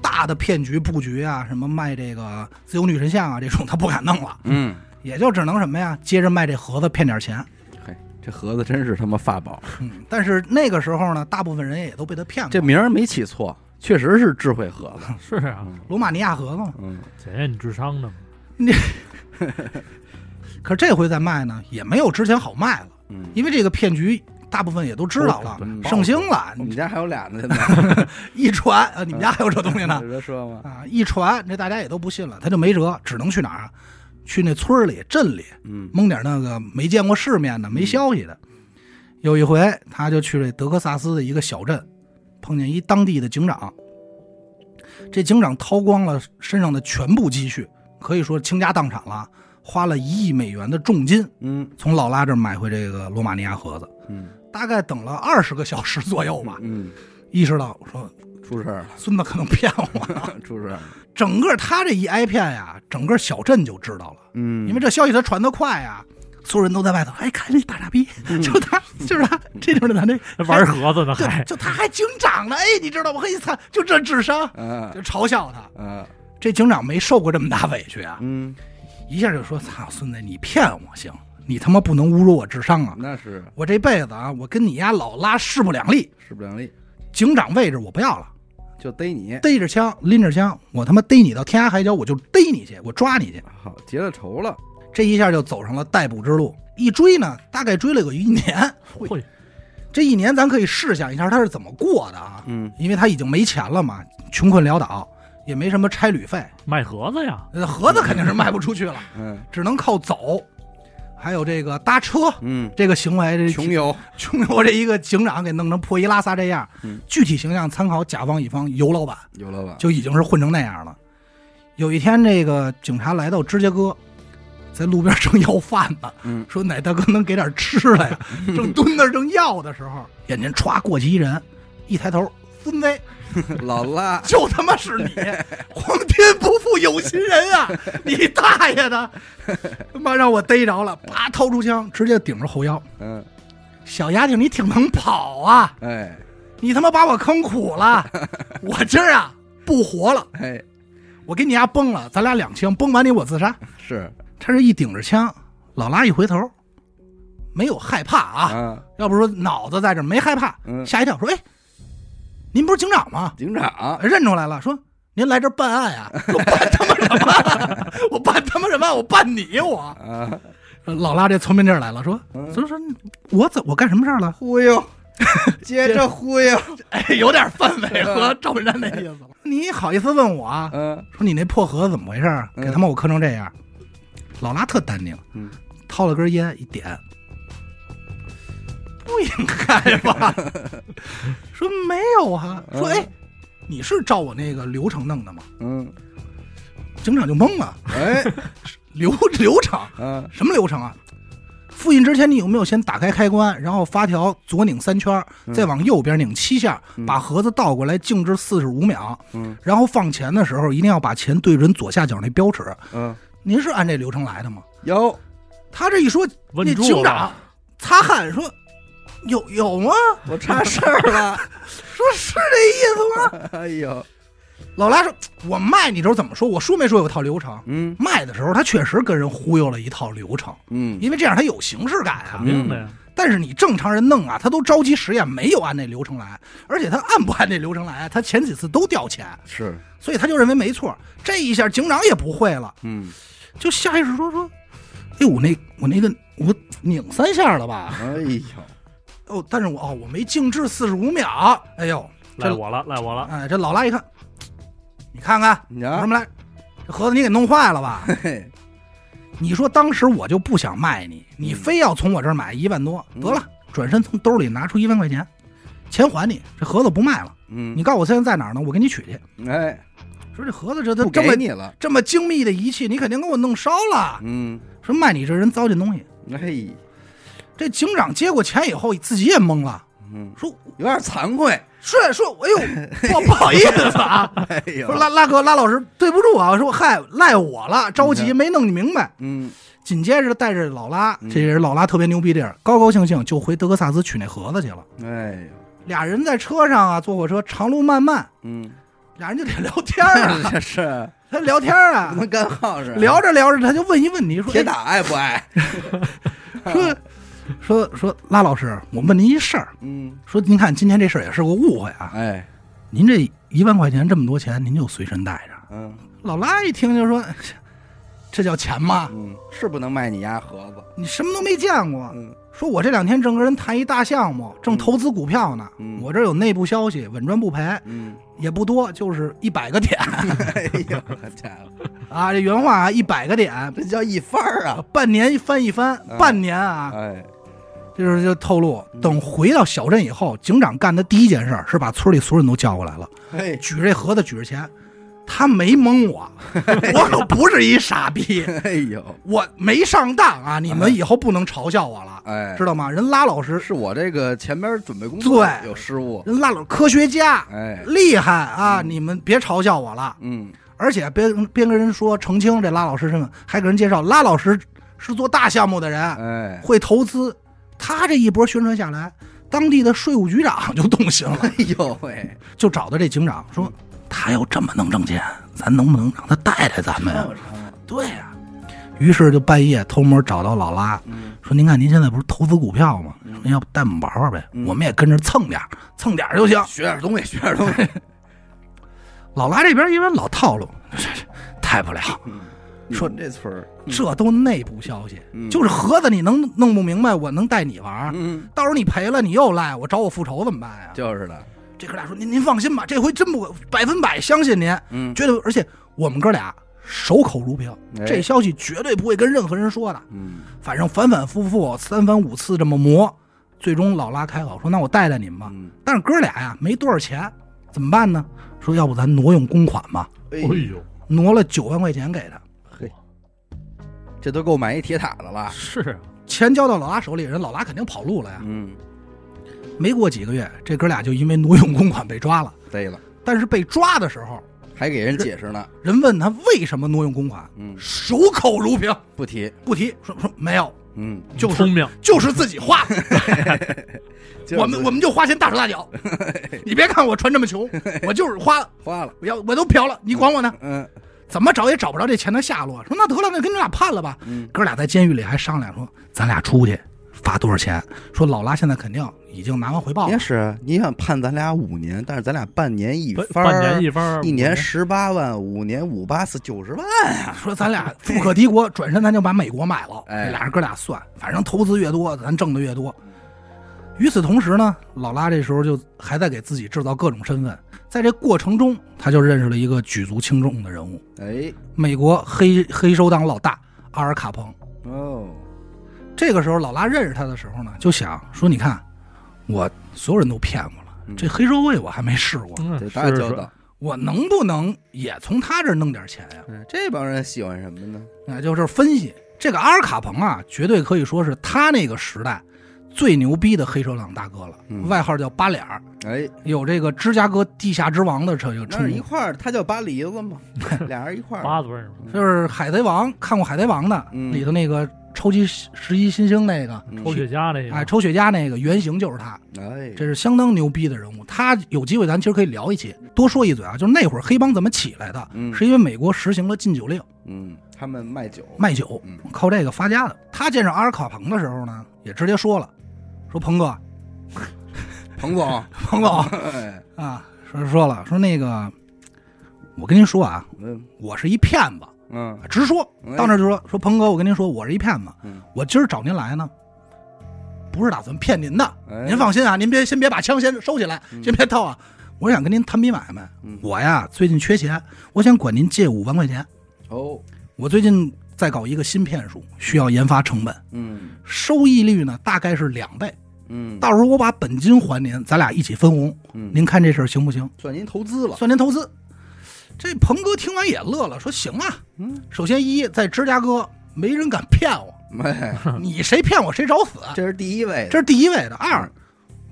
大的骗局布局啊，什么卖这个自由女神像啊，这种他不敢弄了，
嗯，
也就只能什么呀，接着卖这盒子骗点钱。
嘿，这盒子真是他妈法宝，
嗯，但是那个时候呢，大部分人也都被他骗
这
了。
名儿没起错，确实是智慧盒
嗯
子，
是啊，
罗马尼亚盒子嘛，
嗯
检验你智商的嘛，
可这回再卖呢，也没有之前好卖了，
嗯，
因为这个骗局大部分也都知道了，
嗯
盛行了
我，们家还有俩呢，现在
一传啊，你们家还有这东西 呢
有这说吗？
啊，一传这大家也都不信了，他就没辙，只能去哪儿啊？去那村儿里、镇里
嗯
蒙点那个没见过世面的、没消息的。有一回，他就去了德克萨斯的一个小镇，碰见一当地的警长。这警长掏光了身上的全部积蓄，可以说倾家荡产了，花了一亿美元的重金
嗯
从老拉这儿买回这个罗马尼亚盒子。
嗯
大概等了二十个小时左右吧，
嗯，
意识到说
出事儿了，
孙子可能骗我。
出事儿了，
整个他这一挨骗呀，整个小镇就知道了，
嗯，
因为这消息他传得快呀，所有人都在外头，哎，看这大傻逼，
嗯
就是他，就是他，这就是他 这
还玩盒子呢还
对，，就他还警长呢，哎，你知道吗？嘿，操，就这智商，
嗯
就嘲笑他。
嗯
这警长没受过这么大委屈啊，
嗯，
一下就说：“操，孙子，你骗我行，你他妈不能侮辱我智商啊！
那是
我这辈子啊，我跟你丫老拉势不两立。
势不两立，
警长位置我不要了，
就逮你，
逮着枪，拎着枪，我他妈逮你到天涯海角，我就逮你去，我抓你去。”
好结了仇了，
这一下就走上了逮捕之路。一追呢，大概追了有一年。
会
这一年咱可以试想一下他是怎么过的啊？
嗯
因为他已经没钱了嘛，穷困潦倒，也没什么差旅费，
卖盒子呀，
呃盒子肯定是卖不出去了，
嗯
只能靠走。还有这个搭车
嗯，
这个行为，这
穷游，
穷游这一个警长给弄成破衣拉撒这样
嗯，
具体形象参考甲方乙方尤老板
有老板，
就已经是混成那样了。有一天，这个警察来到芝加哥，在路边正要饭呢，
嗯
说哪大哥能给点吃的呀？正蹲那儿正要的时候，眼前歘过去一人，一抬头，孙子，
老拉，
就他妈是你！皇天不负有心人啊！你大爷的，他妈让我逮着了！啪，掏出枪，直接顶着后腰。
嗯，
小丫头，你挺能跑啊！
哎
你他妈把我坑苦了！我今儿啊不活了，
哎，
我给你丫崩了，咱俩两清，崩完你我自杀。
是
他这一顶着枪，老拉一回头，没有害怕啊，
啊，
要不说脑子在这儿没害怕，
嗯，
吓一跳说：“哎，您不是警长吗？”哎
警长，
认出来了，说您来这儿办案 呀、我办他妈什么案？我办他妈什么案？我办你我！
啊，
老拉这聪明劲儿来了，说
嗯
所以说我怎我干什么事儿了？
忽 悠，接着忽悠，
哎，有点范伟和赵本山那意思了。啊你好意思问我啊？
嗯
说你那破盒子怎么回事儿？
嗯
给他妈我磕成这样。老拉特淡定，
嗯
掏了根烟一点，不应该 吧？说没有啊。
嗯
说哎，你是照我那个流程弄的吗？
嗯，
警长就懵了，
哎，
流流程
啊，
什么流程啊？复印之前，你有没有先打开开关，然后发条左拧三圈，
嗯
再往右边拧七下，
嗯
把盒子倒过来静置四十五秒，
嗯
然后放钱的时候一定要把钱对准左下角那标尺。
嗯，
您是按这流程来的吗？
有，
他这一说，
稳
那
住
警
了
长擦汗说：“有有吗？
我差事儿了，
说是这 意思吗
哎呦，？”
老拉说：“我卖你时候怎么说？我说没说有套流程？
嗯
卖的时候他确实跟人忽悠了一套流程，
嗯，
因为这样他有形式感啊
肯。定的呀，
但是你正常人弄啊，他都着急实验，没有按那流程来，而且他按不按那流程来，啊他前几次都掉钱，
是，
所以他就认为没错。这一下警长也不会了，
嗯
就下意识说说，哎，我那我那个我拧三下了吧？
哎呦，
哦，但是我哦我没静置四十五秒，哎呦，
赖
这
我了，赖我了，
哎这老拉一看，你看看
你
有
瞧
什，么来，这盒子你给弄坏 了吧？
嘿，
你说当时我就不想卖你，你非要从我这儿买一万多，
嗯
得了，转身从兜里拿出一万块钱，钱还你，这盒子不卖了。
嗯
你，告诉我现在在哪儿呢？我给你取去。
哎，
说这盒子这这
不
这
给
么
你了，
这么精密的仪器，你肯定给我弄烧了。
嗯，
说卖你这人糟践东西。
哎，
这警长接过钱以后，自己也懵了，
嗯，
说
有点惭愧，
是说，哎 呦，不不好意思啊，
哎呦
说，拉拉哥拉老师对不住啊，说嗨赖我了，着
你
急
看
没弄明白。
嗯
紧接着带着老拉，
嗯
这人老拉特别牛逼地儿，高高兴兴就回德克萨斯取那盒子去了。
哎呦，
俩人在车上啊，坐火车长路漫漫，
嗯，
俩人就得聊天儿 啊，
这是
他聊天儿啊
不，能干耗事，
聊着聊着他就问一问题，说
铁打爱不爱？
哎说 说说拉老师，我问您一事儿，
嗯，
说您看今天这事儿也是个误会啊，
哎，
您这一万块钱这么多钱，您就随身带着。
嗯
老拉一听就说， 这叫钱吗？
嗯，是不能卖你家盒子，
你什么都没见过，
嗯
说我这两天正跟人谈一大项目，正投资股票呢。
嗯
我这儿有内部消息，稳赚不赔，
嗯，
也不多，就是一百个点
哎呦，好家伙，
啊！这原话啊，一百个点，呃
这叫一番儿啊！
半年翻一翻，
嗯
半年啊，
哎，
这就是就透露。
嗯
等回到小镇以后，警长干的第一件事儿是把村里所有人都叫过来了，
嘿，
举着这盒子，举着钱。他没 蒙我，我可不是一傻逼，
哎呦，
我没上当啊！你们以后不能嘲笑我了，
哎，
知道吗？人拉老师，
是我这个前边准备工作
对
有失误，
人拉老师科学家，
哎，
厉害啊！你们别嘲笑我了，
嗯，
而且别边跟人说澄清这拉老师身份，还给人介绍拉老师是做大项目的人，
哎，
会投资。他这一波宣传下来，当地的税务局长就动心了，
哎嗯呦喂，
就找到这警长说，他要这么能挣钱，咱能不能让他带带咱们
哦
呀？对呀、于是就半夜偷摸找到老拉，
嗯
说：“您看，您现在不是投资股票吗？说要不带我们玩玩呗，
嗯
我们也跟着蹭点儿蹭点儿就行。”
学点东西，学点东西，
老拉这边因为老套路，这这太不了，
嗯说这村儿，
这都内部消息，
嗯
就是盒子你能弄不明白，我能带你玩儿，
嗯，
到时候你赔了你又赖我，找我复仇怎么办呀？
就是的，
这哥俩说您您放心吧，这回真不百分百相信您，
嗯，
绝对，而且我们哥俩守口如瓶，
哎
这消息绝对不会跟任何人说的，
嗯，
反正反反复复三番五次这么磨，最终老拉开口说那我带带您吧，
嗯，
但是哥俩呀没多少钱，怎么办呢？说要不咱挪用公款吧。
哎
哎呦，
挪了九万块钱给他，
这都够买一铁塔的了。
是啊，
钱交到老拉手里，人老拉肯定跑路了呀。
嗯，
没过几个月，这哥俩就因为挪用公款被抓了。
对了，
但是被抓的时候，
还给人解释呢。
人问他为什么挪用公款，
嗯，
守口如瓶，
不提。
不提，说说没有，
嗯，
就是
聪明，
就是自己花，
就是
我们我们就花钱大手大脚。你别看我穿这么穷，我就是花了，
花了。
我要我都嫖了，你管我呢？
嗯
怎么找也找不着这钱的下落。说那得了，那跟你俩判了吧。
嗯
哥俩在监狱里还商量说，咱俩出去罚多少钱？说老拉现在肯定已经拿完回报了
也，是，你想判咱俩五年，但是咱俩半年一
半
番儿，
半年一番，
一年十八万，五年五八四九十万。啊
说咱俩富可 敌国，转身咱就把美国买了。
哎
这俩人哥俩算，反正投资越多，咱挣的越多。与此同时呢，老拉这时候就还在给自己制造各种身份，在这过程中，他就认识了一个举足轻重的人物
哎，
——美国黑黑手党老大阿尔卡彭。
哦，
这个时候，老拉认识他的时候呢，就想说：“你看，我所有人都骗我了，
嗯
这黑社会我还没试过，
嗯
得
是
打交
是
道。
我能不能也从他这儿弄点钱呀
嗯，这帮人喜欢什么呢？？”
那就是分析这个阿尔卡彭啊，绝对可以说是他那个时代最牛逼的黑手党大哥了，
嗯
外号叫八脸儿，
哎，
有这个芝加哥地下之王的这个
那是
称
一
呼。
块儿，他叫巴黎子嘛，俩人一块儿。
八子味儿嘛，
就是《海贼王》看过《海贼王》的、
嗯
里头那个抽击十一新星那个，
嗯
抽雪茄那个，
哎，抽雪茄那个原型就是他。
哎，
这是相当牛逼的人物。他有机会，咱其实可以聊一期，多说一嘴啊。就是那会儿黑帮怎么起来的，
嗯
是因为美国实行了禁酒令，
嗯，他们卖酒，
卖酒
嗯
靠这个发家的。他见着阿尔卡彭的时候呢，也直接说了，说鹏哥，
彭总，
彭总
哎，
啊，说说了，说那个，我跟您说啊，
嗯
我是一骗子，
嗯，
直说
哎
到那儿就说说鹏哥，我跟您说，我是一骗子
嗯，
我今儿找您来呢。不是打算骗您的，
哎
您放心啊，您别先别把枪先收起来，先别掏啊。我想跟您谈笔买卖，
嗯
我呀最近缺钱，我想管您借五万块钱。
哦，
我最近在搞一个新骗术，需要研发成本，
嗯
收益率呢大概是两倍。
嗯，
到时候我把本金还您，咱俩一起分红。
嗯
您看这事儿行不行？
算您投资了，
算您投资。这鹏哥听完也乐了，说行啊。
嗯，
首先一在芝加哥没人敢骗 我，
哎，
你谁骗我谁找死，啊
这是第一位，
这是第一位的。二，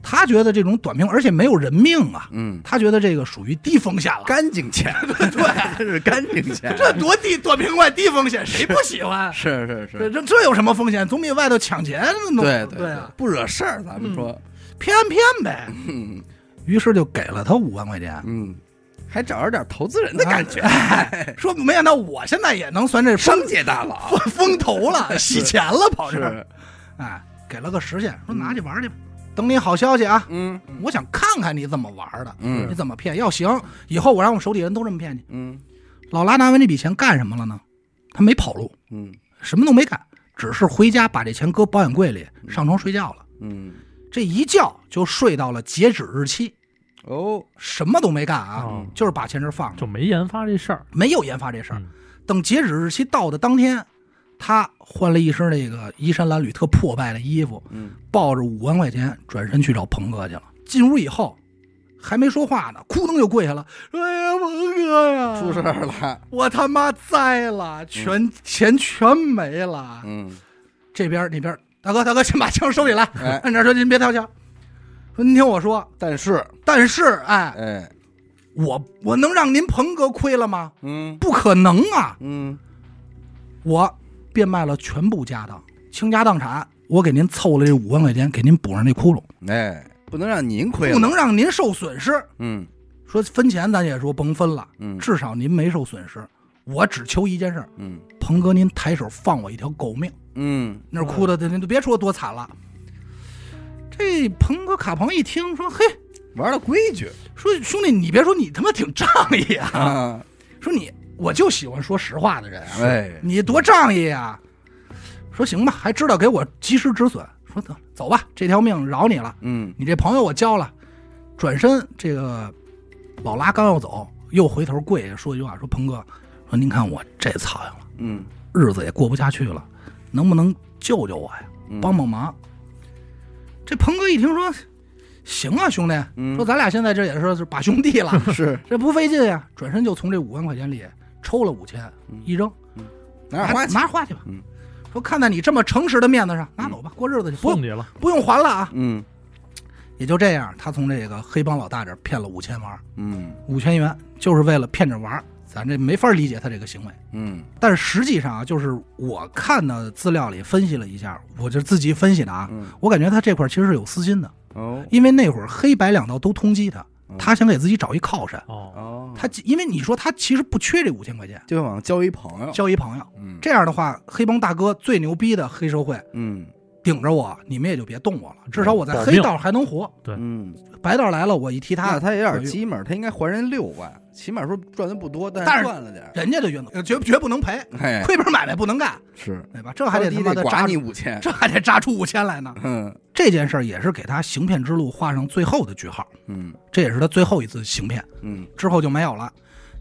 他觉得这种短命，而且没有人命啊，
嗯，
他觉得这个属于低风险了。
干净钱， 对，这是干净钱，
这多低短平快低风险，谁不喜欢？
是是
这
是，
这这有什么风险？总比外头抢劫弄
对
对
对
啊，，
不惹事儿，咱们说，
偏偏呗。
嗯
于是就给了他五万块钱，
嗯，还找着点投资人的感觉，哎
说没想到我现在也能算这
商
风
界大佬
风风 头了，洗钱了跑这儿。
是，
哎，给了个十线，说拿去玩去吧。等你好消息啊，
嗯
我想看看你怎么玩的，
嗯
你怎么骗。要行，以后我让我手底下人都这么骗你。
嗯
老拉拿完这笔钱干什么了呢？他没跑路，
嗯
什么都没干，只是回家把这钱搁保险柜里，上床睡觉了。
嗯，
这一觉就睡到了截止日期，
哦，
什么都没干啊，
哦
就是把钱这儿放着，
就没研发这事儿，
没有研发这事儿。
嗯
等截止日期到的当天，他换了一身那个衣衫褴褛、特破败的衣服，
嗯
抱着五万块钱转身去找鹏哥去了。进屋以后，还没说话呢，扑腾就跪下了，说：“哎呀，鹏哥呀，
出事儿了，
我他妈栽了，全钱全没了。
嗯
这边那边，大哥大哥，先把枪收起来，
哎
按这说您别掏枪。说您听我说，
但是，
但是哎，
哎，
我我能让您鹏哥亏了吗？
嗯
不可能啊！
嗯，
我变卖了全部家当，倾家荡产，我给您凑了这五万块钱，给您补上这窟窿，
哎，不能让您亏了，
不能，让您受损失。
嗯
说分钱，咱也说甭分了，
嗯
至少您没受损失。我只求一件事儿，
嗯
鹏哥，您抬手放我一条狗命。
嗯，
那儿哭的，您都别说多惨了。这鹏哥卡鹏一听说，嘿，
玩了规矩
说兄弟，你别说你他妈挺仗义啊，
啊，
说你我就喜欢说实话的人啊，
哎，
你多仗义啊！说行吧，还知道给我及时止损。说走走吧，这条命饶你了，
嗯
你这朋友我交了。转身，这个老拉刚要走，又回头跪下说一句话，说鹏哥，说您看我这苍蝇了，
嗯，
日子也过不下去了，能不能救救我呀？
嗯
帮，帮忙。这鹏哥一听说，行啊，兄弟，
嗯
说咱俩现在这也是把兄弟了，
是，
这不费劲呀、转身就从这五万块钱里抽了五千
嗯
一扔，
哪有花钱？
拿着花去吧
嗯。
说看在你这么诚实的面子上，拿走吧，过日子去，不
送
用
你了，
不用还了啊。
嗯
也就这样，他从这个黑帮老大这儿骗了五千玩，
嗯
五千元就是为了骗着玩儿，咱这没法理解他这个行为。
嗯
但是实际上啊，就是我看的资料里分析了一下，我就自己分析的啊，
嗯
我感觉他这块儿其实是有私心的，
哦
因为那会儿黑白两道都通缉他
嗯，
他想给自己找一靠山。
哦，
哦，
他因为你说他其实不缺这五千块钱，
就往交一朋友，
交一朋友。
嗯
这样的话，黑帮大哥最牛逼的黑社会
嗯
顶着我，你们也就别动我了，至少我在
保
黑
命
道还能活，
对
嗯，
白道来了我一提
那
他，
他也有点鸡门儿，他应该还人六万，起码说赚的不多，但
但
是
是
赚了点儿，
人家就冤枉，绝绝不能赔，
哎，
亏本买卖不能干，
是
对吧？这还得
高
他
低
妈
得
的
刮
扎
你，五千，
这还得扎出五千来呢。
嗯
这件事儿也是给他行骗之路画上最后的句号，
嗯
这也是他最后一次行骗，
嗯
之后就没有了。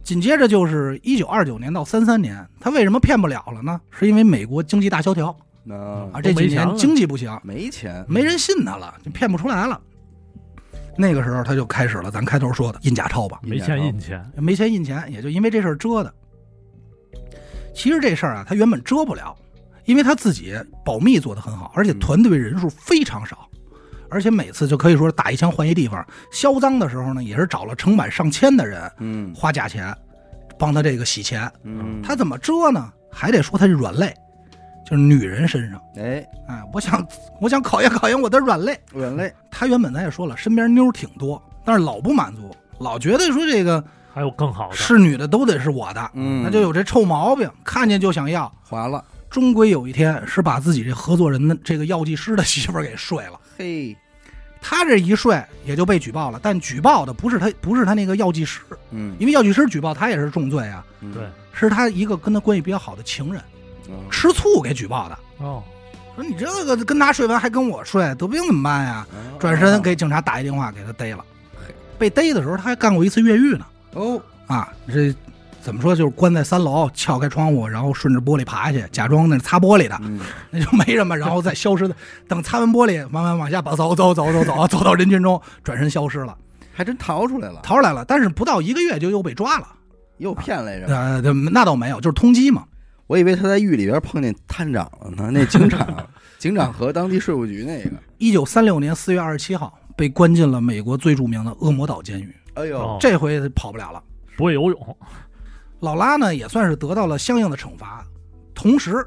紧接着就是一九二九年到三三年，他为什么骗不了了呢？是因为美国经济大萧条
那
啊，
都
这
没
几
钱
年
了
经济不行，
没钱，
没人信他了，就骗不出来了。那个时候他就开始了，咱开头说的印假钞吧，
没钱印钱，
没钱印钱，也就因为这事儿遮的。其实这事儿啊，他原本遮不了，因为他自己保密做得很好，
嗯
而且团队人数非常少，而且每次就可以说打一枪换一地方。销赃的时候呢，也是找了成百上千的人
嗯
花假钱，帮他这个洗钱。
嗯，
他怎么遮呢？还得说他是软肋，就是女人身上。
哎，
哎，我想，我想考验考验我的软肋。
人类，
他原本咱也说了，身边妞儿挺多，但是老不满足，老觉得说这个
还有更好的，
是女的都得是我的，
嗯，
那就有这臭毛病，看见就想要。
划了，
终归有一天是把自己这合作人的这个药剂师的媳妇儿给睡了。
嘿，
他这一睡也就被举报了，但举报的不是他，不是他那个药剂师，
嗯
因为药剂师举报他也是重罪啊，
嗯
对，
是他一个跟他关系比较好的情人
哦
吃醋给举报的。
哦，
说你这个跟他睡完还跟我睡，得病怎么办呀？
哦
转身给警察打一电话，给他逮了
嘿。
被逮的时候，他还干过一次越狱呢。
哦，
啊，这怎么说就是关在三楼，撬开窗户，然后顺着玻璃爬下去，假装那是擦玻璃的，
嗯
那就没什么，然后再消失的。等擦完玻璃，慢慢往下走，走走走走走，走到人群中，转身消失了，
还真逃出来了，
逃出来了。但是不到一个月就又被抓了。
又骗来着，
呃，那倒没有，就是通缉嘛。
我以为他在狱里边碰见探长了呢，那警 长，警长和当地税务局那个，
一九三六年四月二十七号被关进了美国最著名的恶魔岛监狱，
哎呦
哦，
这回跑不了了。
不会 游泳，
老拉呢也算是得到了相应的惩罚，同时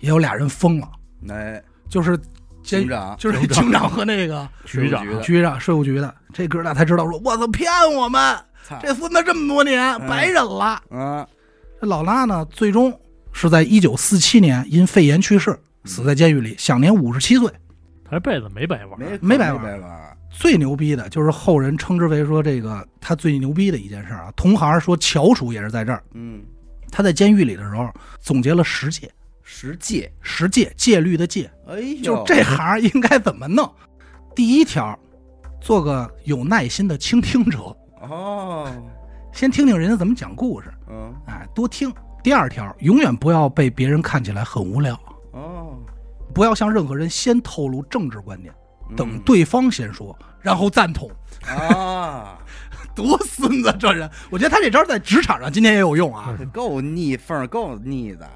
也有俩人疯了，
哎，
就是监
警长，
就是警长和那个
税务
局长
局的
局长、税务局的这哥俩才知道说，我操，骗我们！
操
啊这孙子这么多年
嗯
白忍了。
啊，
这老拉呢，最终是在一九四七年因肺炎去世，死在监狱里，享年五十七岁。
他这辈子没白玩，
没
没白
白
玩
白玩，
最牛逼的就是后人称之为说这个他最牛逼的一件事啊，同行说翘楚也是在这儿。
嗯，
他在监狱里的时候总结了十戒，
十戒，
十戒戒律的戒，
哎呦，
就是这行应该怎么弄。第一条，做个有耐心的倾听者，
哦，
先听听人家怎么讲故事。
嗯，
哎，多听。第二条，永远不要被别人看起来很无聊，
哦，
不要向任何人先透露政治观点，
嗯
等对方先说，然后赞同。
啊，
多孙子这人，我觉得他这招在职场上今天也有用啊。
嗯
够逆缝，够逆的，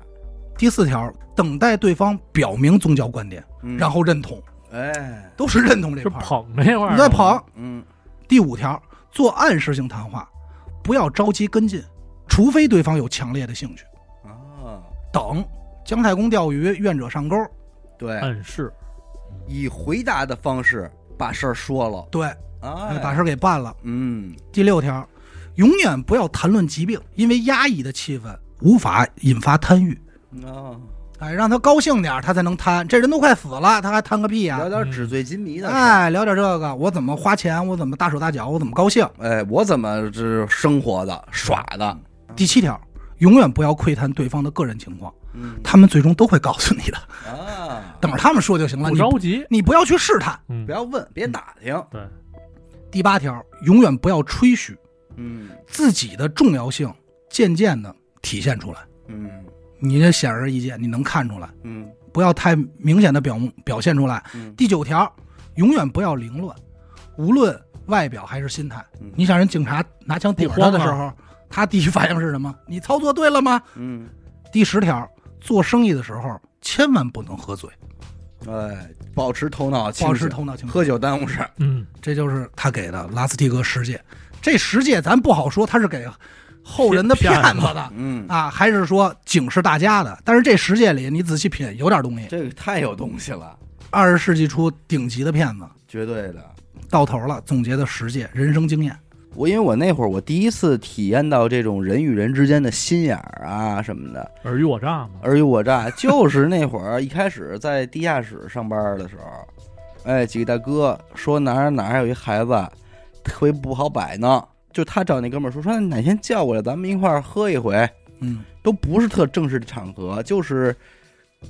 第四条，等待对方表明宗教观点，
嗯
然后认同，
哎，
都是认同这
是
块儿。
捧那玩意儿，
你在捧。
嗯，
第五条，做暗示性谈话，不要着急跟进，除非对方有强烈的兴趣。
啊，
等，姜太公钓鱼，愿者上钩。
对，
哎
暗示，
以回答的方式把事儿说了
对，
哎
啊，
哎把事儿给办了。
嗯
第六条，永远不要谈论疾病，因为压抑的气氛无法引发贪欲。
啊，
哎，让他高兴点儿，他才能贪。这人都快死了，他还贪个屁
聊
呀、嗯
点纸醉金迷的事儿。
哎，聊点这个，我怎么花钱，我怎么大手大脚，我怎么高兴。
哎，我怎么是生活的耍的？
第七条，永远不要窥探对方的个人情况，
嗯
他们最终都会告诉你的，
啊，
等着他们说就行了。
不
你
着急，
你不要去试探。
嗯
不，要问，别打听。
对，
第八条，永远不要吹嘘
嗯
自己的重要性，渐渐的体现出来。
嗯
你这显而易见，你能看出来。
嗯
不要太明显的表表现出来。
嗯
第九条，永远不要凌乱，无论外表还是心态
嗯。啊
你想人警察拿枪顶着他的时
不
候，他第一反应是什么？ 你操作对了吗？
嗯，
第十条，做生意的时候千万不能喝醉，
哎，保持头脑清醒，
保持头脑清醒。
喝酒耽误事儿。
嗯，
这就是他给的拉斯蒂格十戒。这十戒咱不好说，他是给后人的骗
骗
子的
嗯，
啊，还是说警示大家的？但是这十戒里，你仔细品，有点东西。
这个太有东西了，
二十世纪初顶级的骗子，
绝对的。
到头了，总结的十戒人生经验。
我因为我那会儿我第一次体验到这种人与人之间的心眼儿啊什么的，
尔虞我诈嘛，
尔虞我诈，就是那会儿一开始在地下室上班的时候，哎，几个大哥说哪儿哪儿有一孩子特别不好摆弄，就他找那哥们儿说说哪天叫过来，咱们一块儿喝一回，
嗯，
都不是特正式的场合，就是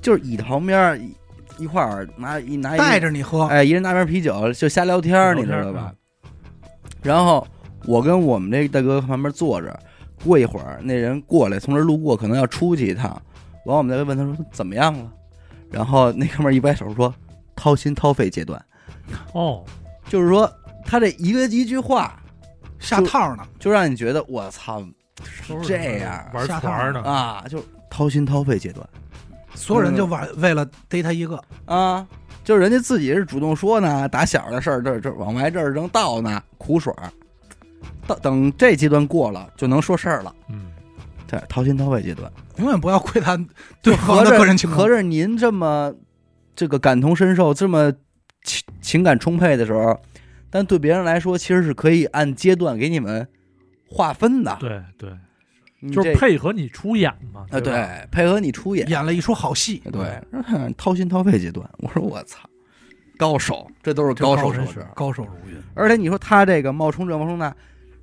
就是椅子旁边儿一一块儿拿一拿一
带着你喝，
哎，一人拿瓶啤酒就瞎聊天儿，你
聊
知
天儿
道吧？然后我跟我们这大哥旁边坐着，过一会儿那人过来，从这儿路过，可能要出去一趟。完，我们再问他说怎么样了，然后那哥们儿一摆手说掏心掏肺阶段，
哦，
就是说他这一个一句话
下套呢。
就让你觉得我操是
都是
这样
玩
下
团儿呢，
啊，就掏心掏肺阶段
所有人
嗯
就为为了逮他一个，
啊。就是人家自己是主动说呢，打小的事儿，这这往外这儿扔倒呢，苦水儿。到等这阶段过了，就能说事儿了。
嗯，
对，掏心掏肺阶段。
永远不要窥探对
合
方的
着
个人情
合
况。
着您这么这个感同身受，这么情情感充沛的时候，但对别人来说，其实是可以按阶段给你们划分的。
对对，
你
就
这
是配合你出演嘛，
啊，
吧，
对，配合你出演，
演了一出好戏，嗯
对， 掏心掏肺阶段。我说我操，高手，这都是
这高
高手
真
手
是
指。
高手如云。
而且你说他这个冒充这冒充那，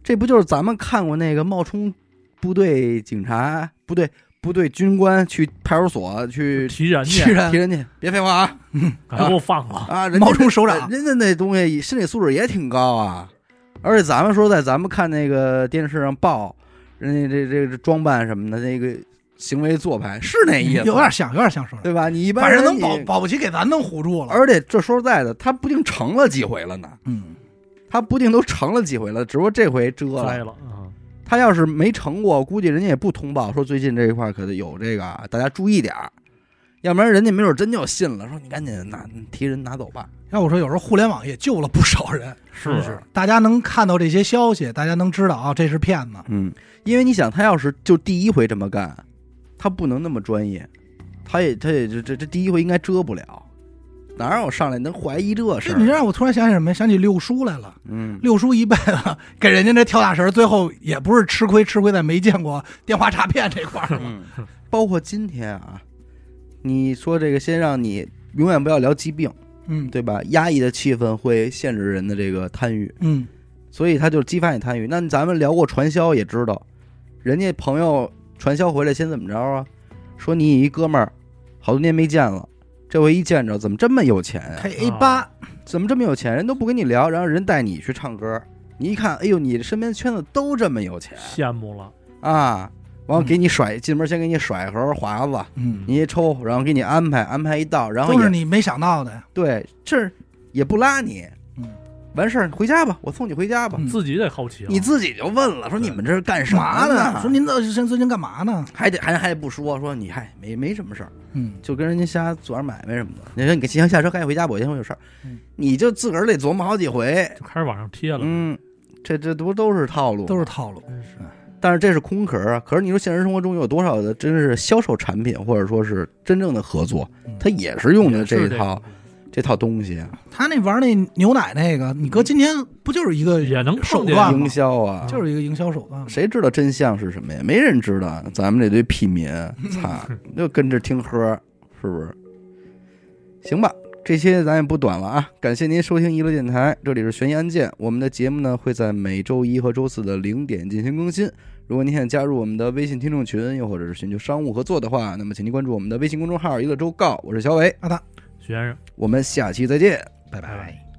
这不就是咱们看过那个冒充部队警察、部队部队军官去派出所去
提人
居
家
然
提人去？别废话啊
赶快给我放了，
啊！人家
冒充首长
人家那东西心理素质也挺高啊。而且咱们说在咱们看那个电视上报，人家这这这装扮什么的，那个行为做派是那意思，
有点像，有点像首长，
对吧？你一般
反正能
你
保保不齐给咱弄唬住了。
而且这说实在的，他不定成了几回了呢，
嗯，
他不定都成了几回了，只不过这回遮了
栽。了，嗯，
他要是没成过，估计人家也不通报说最近这一块儿可得有这个啊，大家注意点儿，要不然人家没准真就信了，说你赶紧拿提人拿走吧。
要我说，有时候互联网也救了不少人，
是
是，
大家能看到这些消息，大家能知道啊，这是骗子。
嗯，因为你想，他要是就第一回这么干，他不能那么专业，他也他也这这这第一回应该遮不了，哪有上来能怀疑这事
这
儿？
哎你这让我突然想起什么？想起六叔来了。
嗯，
六叔一辈子给人家这跳大神儿，最后也不是吃亏，吃亏在没见过电话诈骗这块儿 嘛。
嗯，包括今天啊，你说这个先让你永远不要聊疾病，
嗯，，
对吧？压抑的气氛会限制人的这个贪欲。
嗯，
所以他就激发你参与。那咱们聊过传销，也知道，人家朋友传销回来先怎么着啊？说你一哥们儿好多年没见了，这回一见着怎么这么有钱啊？
开 A 八，
怎么这么有钱？人都不跟你聊，然后人带你去唱歌，你一看，哎呦，你身边圈子都这么有钱
羡慕了，
啊！完了给你甩，进门先给你甩盒华子，
嗯，
你一抽，然后给你安排安排一道，然后
都是
也
你没想到的呀。
对，这儿也不拉你，
嗯，
完事儿回家吧，我送你回家吧。
嗯
自己得好奇了，啊
你自己就问了，说你们这是干
干
啥
嘛呢？
呢？
说您这现最近干嘛呢？
还得还还不说，说你嗨没没什么事儿，
嗯，
就跟人家瞎做点买卖什么的。你说你给秦阳下车赶紧回家吧，我今天有事儿
嗯，
你就自个儿得琢磨好几回。
就开始往上贴了，
嗯，这这不都是套路，
都是。套路。
真是
但是这是空壳儿啊。可是你说现实生活中有多少的真是销售产品，或者说是真正的合作
嗯，
他也是用的这
也
一
是
套这套东西啊，
他那玩那牛奶那个，你
嗯
哥今天不就是一个
啊
也能
手
碰见
段
营
吗？
销啊，
就是一个营销手段嘛。
谁知道真相是什么呀？没人知道，咱们这堆屁民，操，就跟着听喝，是不是？行吧，这些咱也不短了啊！感谢您收听娱乐电台，这里是悬疑案件。我们的节目呢会在每周一和周四的零点进行更新。如果您想加入我们的微信听众群，又或者是寻求商务合作的话，那么请您关注我们的微信公众号“娱乐周告”。我是小伟，
阿达，
学生。
我们下期再见。
拜
拜拜。